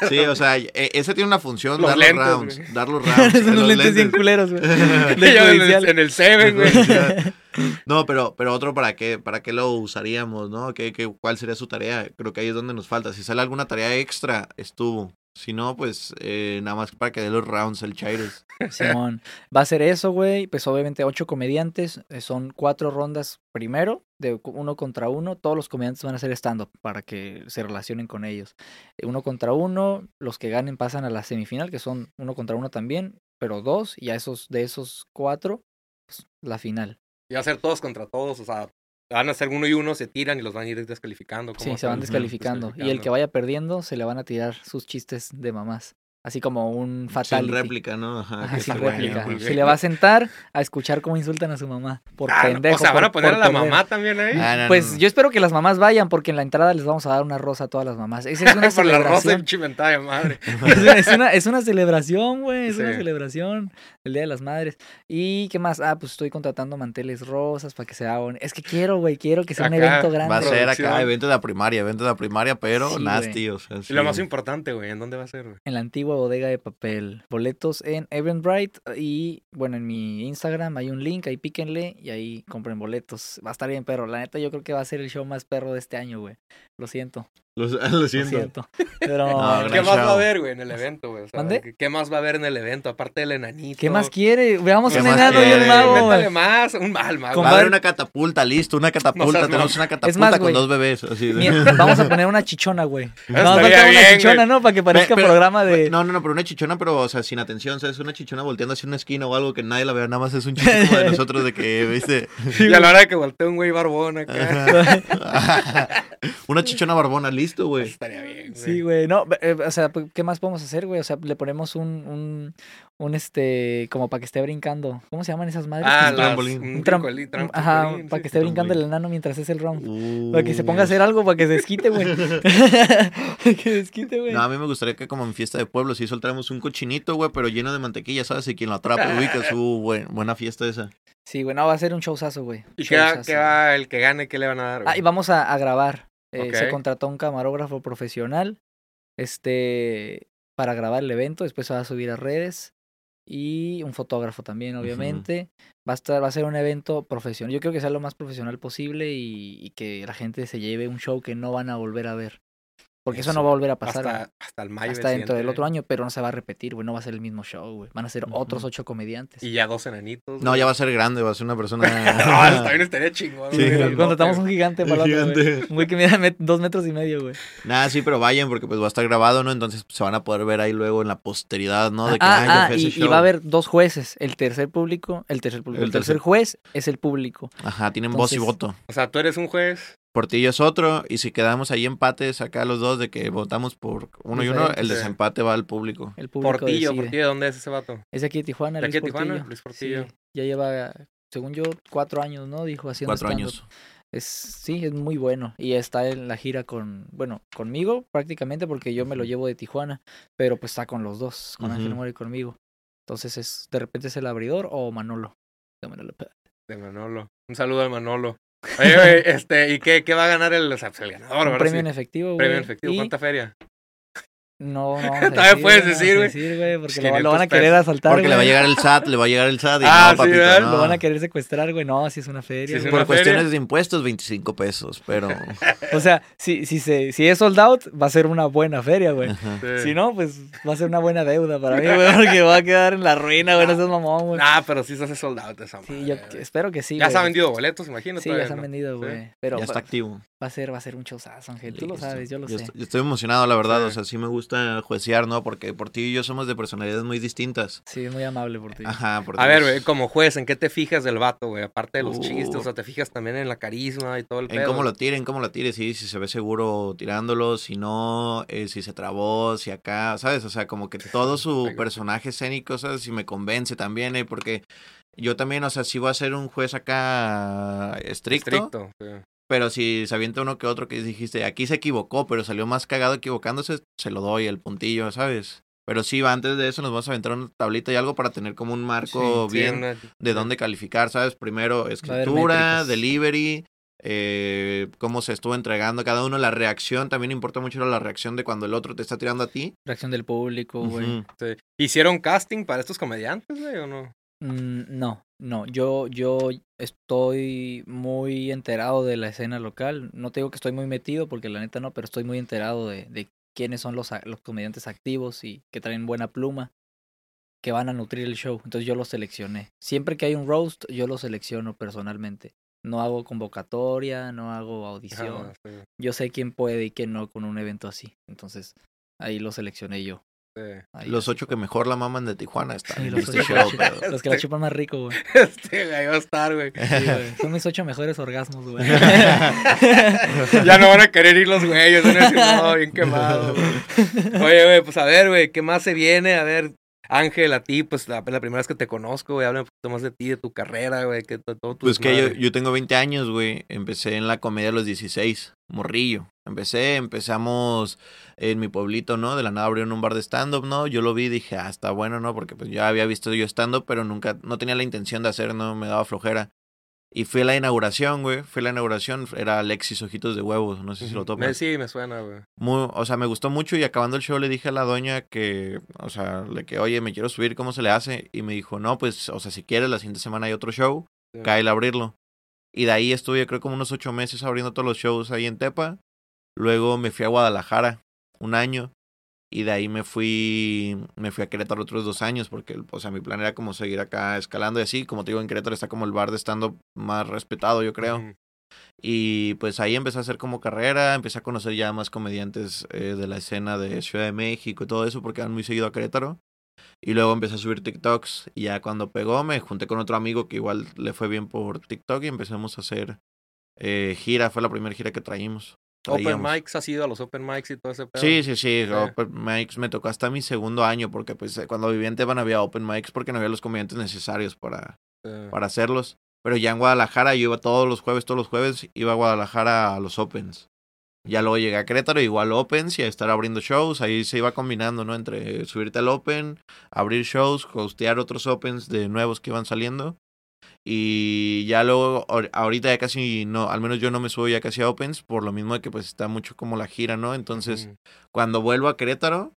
[SPEAKER 2] Sí, o sea, e- ese tiene una función,
[SPEAKER 1] Los
[SPEAKER 2] dar
[SPEAKER 1] lentes,
[SPEAKER 2] los rounds.
[SPEAKER 1] güey.
[SPEAKER 2] Dar los rounds.
[SPEAKER 3] Son
[SPEAKER 2] los
[SPEAKER 3] unos lentes bien
[SPEAKER 2] lentes.
[SPEAKER 3] culeros, güey.
[SPEAKER 1] Yo
[SPEAKER 3] De
[SPEAKER 1] en el,
[SPEAKER 3] judicial.
[SPEAKER 1] en el Seven, güey.
[SPEAKER 2] No, pero, pero otro para qué, para qué lo usaríamos, ¿no? ¿Qué, qué, ¿Cuál sería su tarea? Creo que ahí es donde nos falta. Si sale alguna tarea extra, estuvo. Si no, pues eh, nada más para que dé los rounds el Chaires.
[SPEAKER 3] Simón. Va a ser eso, güey. Pues obviamente ocho comediantes. eh, Son cuatro rondas primero, de cu- uno contra uno. Todos los comediantes van a hacer stand-up para que se relacionen con ellos. Eh, Uno contra uno, los que ganen pasan a la semifinal, que son uno contra uno también, pero dos, y a esos, de esos cuatro, pues, la final.
[SPEAKER 1] Y va a ser todos contra todos, o sea, van a ser uno y uno, se tiran y los van a ir descalificando. ¿cómo
[SPEAKER 3] Sí, se
[SPEAKER 1] hacer?
[SPEAKER 3] van
[SPEAKER 2] Ujú,
[SPEAKER 3] descalificando. Y el que vaya perdiendo, se le van a tirar sus chistes de mamás. Así como un
[SPEAKER 2] Sin
[SPEAKER 3] fatality.
[SPEAKER 2] réplica, ¿no?
[SPEAKER 1] Ah,
[SPEAKER 2] Ajá,
[SPEAKER 3] Ajá,
[SPEAKER 2] que pues,
[SPEAKER 3] sin
[SPEAKER 2] se vaya,
[SPEAKER 3] réplica.
[SPEAKER 1] muy
[SPEAKER 3] Se
[SPEAKER 1] bien.
[SPEAKER 3] le va a sentar a escuchar cómo insultan a su mamá. Por
[SPEAKER 1] Ah, no,
[SPEAKER 3] pendejo.
[SPEAKER 1] o sea, van
[SPEAKER 3] por-
[SPEAKER 1] a poner
[SPEAKER 3] por
[SPEAKER 1] a la
[SPEAKER 3] perder.
[SPEAKER 1] mamá también ahí.
[SPEAKER 2] Ah, no, no,
[SPEAKER 3] Pues
[SPEAKER 2] no.
[SPEAKER 3] yo espero que las mamás vayan, porque en la entrada les vamos a dar una rosa a todas las mamás. Esa es una
[SPEAKER 1] Por la rosa
[SPEAKER 3] celebración.
[SPEAKER 1] enchimentada de madre.
[SPEAKER 3] Es una, es una- es una celebración, güey. Es una
[SPEAKER 1] Sí.
[SPEAKER 3] celebración. El Día de las Madres. ¿Y qué más? Ah, pues estoy contratando manteles rosas para que se hagan. Es que quiero, güey. Quiero que sea un
[SPEAKER 1] Acá
[SPEAKER 3] evento grande.
[SPEAKER 2] Va a ser
[SPEAKER 1] Producción.
[SPEAKER 2] acá evento de la primaria, evento de la primaria, pero
[SPEAKER 3] Sí, güey.
[SPEAKER 2] nasty, o sea,
[SPEAKER 1] Y lo
[SPEAKER 2] sí.
[SPEAKER 1] más importante, güey, ¿en dónde va a ser, güey?
[SPEAKER 3] En la antigua bodega de papel. Boletos en Eventbrite y, bueno, en mi Instagram hay un link, ahí píquenle y ahí compren boletos. Va a estar bien, perro. La neta, yo creo que va a ser el show más perro de este año, güey. Lo siento,
[SPEAKER 2] Lo, lo
[SPEAKER 3] lo
[SPEAKER 2] siento.
[SPEAKER 3] siento. Pero,
[SPEAKER 2] No,
[SPEAKER 1] ¿Qué
[SPEAKER 2] gran
[SPEAKER 1] más va a
[SPEAKER 2] show.
[SPEAKER 1] haber, güey, en el evento, güey? O sea,
[SPEAKER 3] ¿Mande?
[SPEAKER 1] ¿qué- ¿Qué más va a haber en el evento? Aparte del enanito.
[SPEAKER 3] ¿qué más quiere? Veamos
[SPEAKER 2] ¿Qué
[SPEAKER 3] un
[SPEAKER 2] más
[SPEAKER 3] enano y un
[SPEAKER 2] quiere?
[SPEAKER 3] mago, güey.
[SPEAKER 1] Métale más, un mal mago.
[SPEAKER 2] Va a haber
[SPEAKER 3] Compadre-
[SPEAKER 2] una catapulta, listo, una
[SPEAKER 1] No
[SPEAKER 2] catapulta.
[SPEAKER 1] seas
[SPEAKER 2] Tenemos
[SPEAKER 1] mamón.
[SPEAKER 2] una catapulta
[SPEAKER 3] más,
[SPEAKER 2] con
[SPEAKER 3] güey.
[SPEAKER 2] dos bebés. Así de-
[SPEAKER 3] Mira, Vamos a poner una chichona, güey.
[SPEAKER 1] Estaría
[SPEAKER 3] Vamos a poner una
[SPEAKER 1] bien,
[SPEAKER 3] chichona,
[SPEAKER 1] güey.
[SPEAKER 3] ¿no? Para que parezca
[SPEAKER 2] pero-
[SPEAKER 3] programa de...
[SPEAKER 2] No, no, no, pero una chichona, pero, o sea, sin atención, ¿sabes? Una chichona volteando hacia una esquina o algo que nadie la vea, nada más es un chiste como de nosotros de que, ¿viste?
[SPEAKER 1] Y a la hora de que voltee un güey barbón acá.
[SPEAKER 2] Ajá. una chichona barbona, listo, güey.
[SPEAKER 1] Estaría bien, güey.
[SPEAKER 3] Sí, güey, no, eh, o sea, pues, ¿qué más podemos hacer, güey? O sea, le ponemos un, un, un, este, como para que esté brincando. ¿Cómo se llaman esas madres?
[SPEAKER 1] Ah,
[SPEAKER 2] Un
[SPEAKER 1] las-
[SPEAKER 2] trampolín.
[SPEAKER 1] Un
[SPEAKER 3] Un tram-
[SPEAKER 1] trampolin,
[SPEAKER 3] Un-
[SPEAKER 1] trampolin.
[SPEAKER 3] Ajá, para que esté
[SPEAKER 2] un
[SPEAKER 3] brincando el
[SPEAKER 2] trampolín.
[SPEAKER 3] enano mientras es el round.
[SPEAKER 2] Uh.
[SPEAKER 3] Para que se ponga a hacer algo, para que se desquite, güey. que se desquite, güey.
[SPEAKER 2] No, a mí me gustaría que como en fiesta de pueblo sí soltáramos un cochinito, güey, pero lleno de mantequilla, ¿sabes? Y quien lo atrape, ubica su buena fiesta esa.
[SPEAKER 3] Sí, güey, no, va a ser un showzazo, güey.
[SPEAKER 1] ¿Y qué va,
[SPEAKER 3] Showzazo.
[SPEAKER 1] qué va el que gane? ¿Qué le van a dar? güey?
[SPEAKER 3] Ah, y vamos a, a grabar. Eh, Se
[SPEAKER 1] Ok.
[SPEAKER 3] contrató un camarógrafo profesional, este, para grabar el evento, después se va a subir a redes. Y un fotógrafo también, obviamente. Va a estar, va a ser un evento profesional. Yo creo que sea lo más profesional posible y, y que la gente se lleve un show que no van a volver a ver. Porque eso, no
[SPEAKER 1] Eso,
[SPEAKER 3] va a volver a pasar. güey.
[SPEAKER 1] hasta, hasta el mayo.
[SPEAKER 3] hasta
[SPEAKER 1] del
[SPEAKER 3] dentro del
[SPEAKER 1] siguiente,
[SPEAKER 3] otro año, pero no se va a repetir, güey. No va a ser el mismo show, güey. Van a ser otros
[SPEAKER 2] Ujú.
[SPEAKER 3] ocho comediantes.
[SPEAKER 1] Y ya dos enanitos.
[SPEAKER 2] No,
[SPEAKER 1] güey.
[SPEAKER 2] ya va a ser grande, va a ser una persona...
[SPEAKER 3] Ah,
[SPEAKER 1] No, eso también estaría chingón.
[SPEAKER 2] Sí,
[SPEAKER 1] güey,
[SPEAKER 2] güey.
[SPEAKER 1] grandote,
[SPEAKER 3] Contratamos
[SPEAKER 1] güey.
[SPEAKER 3] un gigante para la otra, güey. Un güey que mide met- dos metros y medio, güey.
[SPEAKER 2] Nada, sí, pero vayan porque pues va a estar grabado, ¿no? Entonces pues, se van a poder ver ahí luego en la posteridad, ¿no? De que
[SPEAKER 3] ah,
[SPEAKER 2] "Ay, yo
[SPEAKER 3] ah,
[SPEAKER 2] fui a
[SPEAKER 3] y,
[SPEAKER 2] ese
[SPEAKER 3] y va a
[SPEAKER 2] show".
[SPEAKER 3] haber dos jueces. El tercer público, el tercer público,
[SPEAKER 2] El
[SPEAKER 3] el, tercer
[SPEAKER 2] tercer-
[SPEAKER 3] juez es el público.
[SPEAKER 2] Ajá, tienen voz y
[SPEAKER 3] Entonces-
[SPEAKER 2] voto.
[SPEAKER 1] O sea, tú eres un juez.
[SPEAKER 2] Portillo es otro, y si quedamos ahí empates acá los dos de que votamos por uno y uno,
[SPEAKER 3] Diferentes.
[SPEAKER 2] el desempate va al público.
[SPEAKER 3] El público
[SPEAKER 1] Portillo,
[SPEAKER 3] decide.
[SPEAKER 1] Portillo, ¿dónde es ese vato?
[SPEAKER 3] Es de aquí de Tijuana,
[SPEAKER 1] ¿De
[SPEAKER 3] Luis
[SPEAKER 1] aquí de Tijuana?
[SPEAKER 3] Portillo.
[SPEAKER 1] Luis
[SPEAKER 3] Sí,
[SPEAKER 1] Portillo.
[SPEAKER 3] ya lleva, según yo, cuatro años, ¿no? Dijo haciendo
[SPEAKER 2] Cuatro
[SPEAKER 3] stand-up.
[SPEAKER 2] años.
[SPEAKER 3] Es, sí, es muy bueno. Y está en la gira con, bueno, conmigo prácticamente porque yo me lo llevo de Tijuana, pero pues está con los dos, con Ángel
[SPEAKER 2] Ujú.
[SPEAKER 3] Mora y conmigo. Entonces es, de repente es el abridor o Manolo. Ya me lo-
[SPEAKER 1] De Manolo. Un saludo al Manolo. Oye, güey, este, ¿y qué, qué va a ganar el, o sea, pues, el ganador?
[SPEAKER 3] Un
[SPEAKER 1] ¿verdad?
[SPEAKER 3] premio
[SPEAKER 1] Sí,
[SPEAKER 3] en efectivo, güey.
[SPEAKER 1] premio en efectivo.
[SPEAKER 3] Y
[SPEAKER 1] ¿Cuánta feria?
[SPEAKER 3] No, no.
[SPEAKER 1] Todavía puedes decir, güey.
[SPEAKER 3] porque
[SPEAKER 1] Pues
[SPEAKER 3] lo, lo van
[SPEAKER 1] 500
[SPEAKER 3] a
[SPEAKER 1] pesos.
[SPEAKER 3] querer asaltar.
[SPEAKER 2] Porque le va a
[SPEAKER 3] güey.
[SPEAKER 2] llegar el SAT, le va a llegar el SAT y
[SPEAKER 1] Ah,
[SPEAKER 2] no,
[SPEAKER 1] sí,
[SPEAKER 2] papito,
[SPEAKER 1] ¿verdad?
[SPEAKER 2] no.
[SPEAKER 3] Lo van a querer secuestrar, güey. No, si es una feria.
[SPEAKER 1] Sí, es
[SPEAKER 3] güey.
[SPEAKER 1] una
[SPEAKER 2] Por cuestiones
[SPEAKER 1] feria.
[SPEAKER 2] de impuestos, 25 pesos, pero...
[SPEAKER 3] O sea, si, si, se, si es sold out, va a ser una buena feria, güey.
[SPEAKER 2] Ajá.
[SPEAKER 1] Sí.
[SPEAKER 3] Si no, pues va a ser una buena deuda para mí, güey, porque va a quedar en la ruina, güey. No seas mamón, güey.
[SPEAKER 1] Ah, pero sí se hace soldado esa
[SPEAKER 3] Sí,
[SPEAKER 1] madre,
[SPEAKER 3] yo
[SPEAKER 1] güey.
[SPEAKER 3] espero que sí.
[SPEAKER 1] Ya se
[SPEAKER 3] güey.
[SPEAKER 1] han vendido boletos, imagino.
[SPEAKER 3] Sí,
[SPEAKER 1] todavía
[SPEAKER 3] ya se han
[SPEAKER 1] no.
[SPEAKER 3] vendido,
[SPEAKER 1] Sí.
[SPEAKER 3] güey. Pero
[SPEAKER 2] Ya está activo.
[SPEAKER 3] Va a ser, va a ser un showzazo, Ángel. Tú lo
[SPEAKER 2] Listo.
[SPEAKER 3] sabes, yo lo
[SPEAKER 2] Yo
[SPEAKER 3] sé.
[SPEAKER 2] est- yo estoy emocionado, la verdad.
[SPEAKER 1] Sí.
[SPEAKER 2] O sea, sí me gusta juecear, ¿no? Porque por ti y yo somos de personalidades muy distintas.
[SPEAKER 3] Sí, es muy amable por ti.
[SPEAKER 2] Ajá, por
[SPEAKER 1] A
[SPEAKER 2] ti
[SPEAKER 1] ver,
[SPEAKER 2] es-
[SPEAKER 1] güey, como juez, ¿en qué te fijas del vato, güey? Aparte de los
[SPEAKER 2] Uh.
[SPEAKER 1] chistes, o sea, te fijas también en la carisma y todo el
[SPEAKER 2] En
[SPEAKER 1] pedo.
[SPEAKER 2] cómo lo tiren, cómo lo tire, sí, si se ve seguro tirándolo, si no, eh, si se trabó, si acá, ¿sabes? O sea, como que todo su
[SPEAKER 1] Venga.
[SPEAKER 2] personaje escénico, o sea, si me convence también, eh, porque yo también, o sea, sí voy a ser un juez acá estricto,
[SPEAKER 1] Estricto. sí.
[SPEAKER 2] pero si se avienta uno que otro que dijiste, aquí se equivocó, pero salió más cagado equivocándose, se lo doy el puntillo, ¿sabes? Pero sí, va, antes de eso nos vamos a aventar una tablita y algo para tener como un marco
[SPEAKER 1] Sí,
[SPEAKER 2] bien
[SPEAKER 1] una-
[SPEAKER 2] de dónde calificar, ¿sabes? Primero
[SPEAKER 3] haber
[SPEAKER 2] escritura,
[SPEAKER 3] métricas.
[SPEAKER 2] delivery, eh, cómo se estuvo entregando cada uno, la reacción, también importa mucho la reacción de cuando el otro te está tirando a ti.
[SPEAKER 3] Reacción del público, Oh, güey.
[SPEAKER 2] Ujú.
[SPEAKER 1] sí. ¿Hicieron casting para estos comediantes, güey, o no?
[SPEAKER 3] Mm, no, no. Yo, yo estoy muy enterado de la escena local. No te digo que estoy muy metido, porque la neta no, pero estoy muy enterado de, de quiénes son los, a- los comediantes activos y que traen buena pluma, que van a nutrir el show. Entonces yo los seleccioné. Siempre que hay un roast, yo los selecciono personalmente. No hago convocatoria, no hago
[SPEAKER 1] Ajá,
[SPEAKER 3] audición.
[SPEAKER 1] Ah, sí,
[SPEAKER 3] Yo sé quién puede y quién no con un evento así. Entonces ahí los seleccioné yo.
[SPEAKER 1] sí.
[SPEAKER 3] Ahí
[SPEAKER 2] Los
[SPEAKER 3] así
[SPEAKER 2] ocho
[SPEAKER 3] fue.
[SPEAKER 2] que mejor la maman de Tijuana están
[SPEAKER 3] Sí,
[SPEAKER 2] en
[SPEAKER 3] los
[SPEAKER 2] este
[SPEAKER 3] ocho que la
[SPEAKER 2] show,
[SPEAKER 3] chupan-
[SPEAKER 2] pero-
[SPEAKER 3] Los que la chupan más rico, güey.
[SPEAKER 1] Este güey va a estar, güey.
[SPEAKER 3] Sí, güey. Son mis ocho mejores orgasmos, güey.
[SPEAKER 1] Ya no van a querer ir los güeyes, van a decir, no, bien quemado. güey". Oye, güey, pues a ver, güey, ¿qué más se viene? A ver, Ángel, a ti, pues la, la primera vez que te conozco, güey, habla un poquito más de ti, de tu carrera, güey, que to- todo tu
[SPEAKER 2] Pues que yo,
[SPEAKER 1] desmadre.
[SPEAKER 2] yo tengo 20 años, güey. Empecé en la comedia a los 16, morrillo. Empecé, empezamos en mi pueblito, ¿no? De la nada abrieron un bar de stand-up, ¿no? Yo lo vi y dije, ah, está bueno, ¿no? Porque pues ya había visto yo stand-up, pero nunca, no tenía la intención de hacer, ¿no? Me daba flojera. Y fui a la inauguración, güey. Fui a la inauguración, era Alexis Ojitos de Huevos, no sé si lo
[SPEAKER 1] Ujú.
[SPEAKER 2] topas.
[SPEAKER 1] Me- Sí, me suena, güey.
[SPEAKER 2] Muy- o sea, me gustó mucho y acabando el show le dije a la doña que, o sea, le que, oye, me quiero subir, ¿cómo se le hace? Y me dijo, no, pues, o sea, si quieres, la siguiente semana hay otro show,
[SPEAKER 1] Sí.
[SPEAKER 2] cae el abrirlo. Y de ahí estuve, yo creo, como unos ocho meses abriendo todos los shows ahí en Tepa. Luego me fui a Guadalajara un año y de ahí me fui, me fui a Querétaro otros dos años porque, o sea, mi plan era como seguir acá escalando y así. Como te digo, en Querétaro está como el bar de estando más respetado, yo creo.
[SPEAKER 1] Ujú.
[SPEAKER 2] Y pues ahí empecé a hacer como carrera, empecé a conocer ya más comediantes eh, de la escena de Ciudad de México y todo eso, porque van muy seguido a Querétaro. Y luego empecé a subir TikToks. Y ya cuando pegó, me junté con otro amigo que igual le fue bien por TikTok y empezamos a hacer eh, gira. Fue la primera gira que traímos.
[SPEAKER 1] Open
[SPEAKER 2] traíamos.
[SPEAKER 1] mics, has ido a los open mics y todo ese pedo.
[SPEAKER 2] Sí, sí, sí,
[SPEAKER 1] Sí.
[SPEAKER 2] Open mics me tocó hasta mi segundo año, porque pues eh, cuando vivía en Teban había open mics porque no había los comediantes necesarios para,
[SPEAKER 1] Sí.
[SPEAKER 2] para hacerlos. Pero ya en Guadalajara yo iba todos los jueves, todos los jueves iba a Guadalajara a los Opens. Ya luego llegué a Querétaro, igual Opens y a estar abriendo shows. Ahí se iba combinando, ¿no? Entre subirte al Open, abrir shows, hostear otros Opens de nuevos que iban saliendo. Y ya luego, ahor- ahorita ya casi no, al menos yo no me subo ya casi a Opens, por lo mismo de que pues está mucho como la gira, ¿no? Entonces,
[SPEAKER 1] Ujú.
[SPEAKER 2] cuando vuelvo a Querétaro,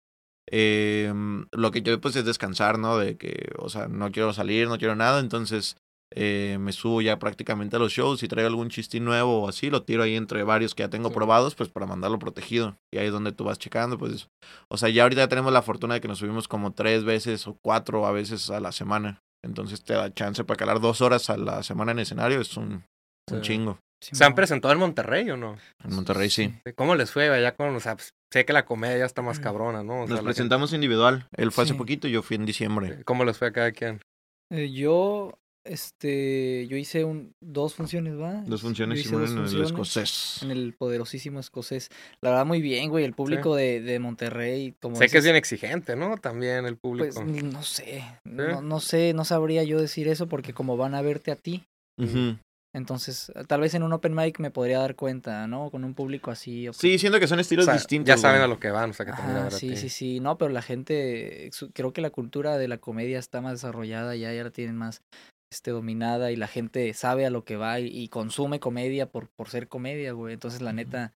[SPEAKER 2] eh, lo que yo pues es descansar, ¿no? De que, o sea, no quiero salir, no quiero nada, entonces eh, me subo ya prácticamente a los shows y traigo algún chistín nuevo o así, lo tiro ahí entre varios que ya tengo
[SPEAKER 1] Sí.
[SPEAKER 2] probados, pues para mandarlo protegido. Y ahí es donde tú vas checando, pues, o sea, ya ahorita ya tenemos la fortuna de que nos subimos como tres veces o cuatro a veces a la semana. Entonces te da chance para calar dos horas a la semana en escenario, es un, un
[SPEAKER 1] Sí.
[SPEAKER 2] chingo.
[SPEAKER 1] ¿Se han
[SPEAKER 3] Simón.
[SPEAKER 1] presentado en Monterrey o no?
[SPEAKER 2] En Monterrey sí.
[SPEAKER 1] ¿Cómo les fue allá con, o sea, pues, sé que la comedia ya está
[SPEAKER 3] Mm.
[SPEAKER 1] más cabrona, ¿no? O sea, la
[SPEAKER 2] Nos presentamos individual. Él fue
[SPEAKER 3] Sí.
[SPEAKER 2] hace poquito y yo fui en diciembre.
[SPEAKER 1] gente- ¿Cómo les fue a cada quien?
[SPEAKER 3] Eh, yo, este, yo hice un, dos funciones, ¿va?
[SPEAKER 2] Dos
[SPEAKER 1] Este,
[SPEAKER 3] Yo
[SPEAKER 2] funciones y
[SPEAKER 3] hice
[SPEAKER 2] una
[SPEAKER 3] dos
[SPEAKER 2] en el
[SPEAKER 3] funciones
[SPEAKER 2] escocés.
[SPEAKER 3] En el poderosísimo escocés. La verdad, muy bien, güey. El público de, de Monterrey, como
[SPEAKER 1] sé que es
[SPEAKER 3] dices,
[SPEAKER 1] bien exigente, ¿no? También el público.
[SPEAKER 3] Pues n- no sé, no, no sé, no sabría yo decir eso porque como van a verte a ti,
[SPEAKER 2] Ujú.
[SPEAKER 3] entonces tal vez en un open mic me podría dar cuenta, ¿no? Con un público así. o-
[SPEAKER 2] Sí, siento que son
[SPEAKER 1] O
[SPEAKER 2] estilos
[SPEAKER 1] sea,
[SPEAKER 2] distintos.
[SPEAKER 1] ya saben
[SPEAKER 2] güey.
[SPEAKER 1] a lo que van, o sea, que eh. también la
[SPEAKER 3] Ajá,
[SPEAKER 1] verdad
[SPEAKER 3] Ah, sí,
[SPEAKER 1] tiene-
[SPEAKER 3] sí, sí. No, pero la gente, su- creo que la cultura de la comedia está más desarrollada, ya, ya la tienen más este, dominada y la gente sabe a lo que va y, y consume comedia por, por ser comedia, güey. Entonces, la
[SPEAKER 2] Ujú.
[SPEAKER 3] neta,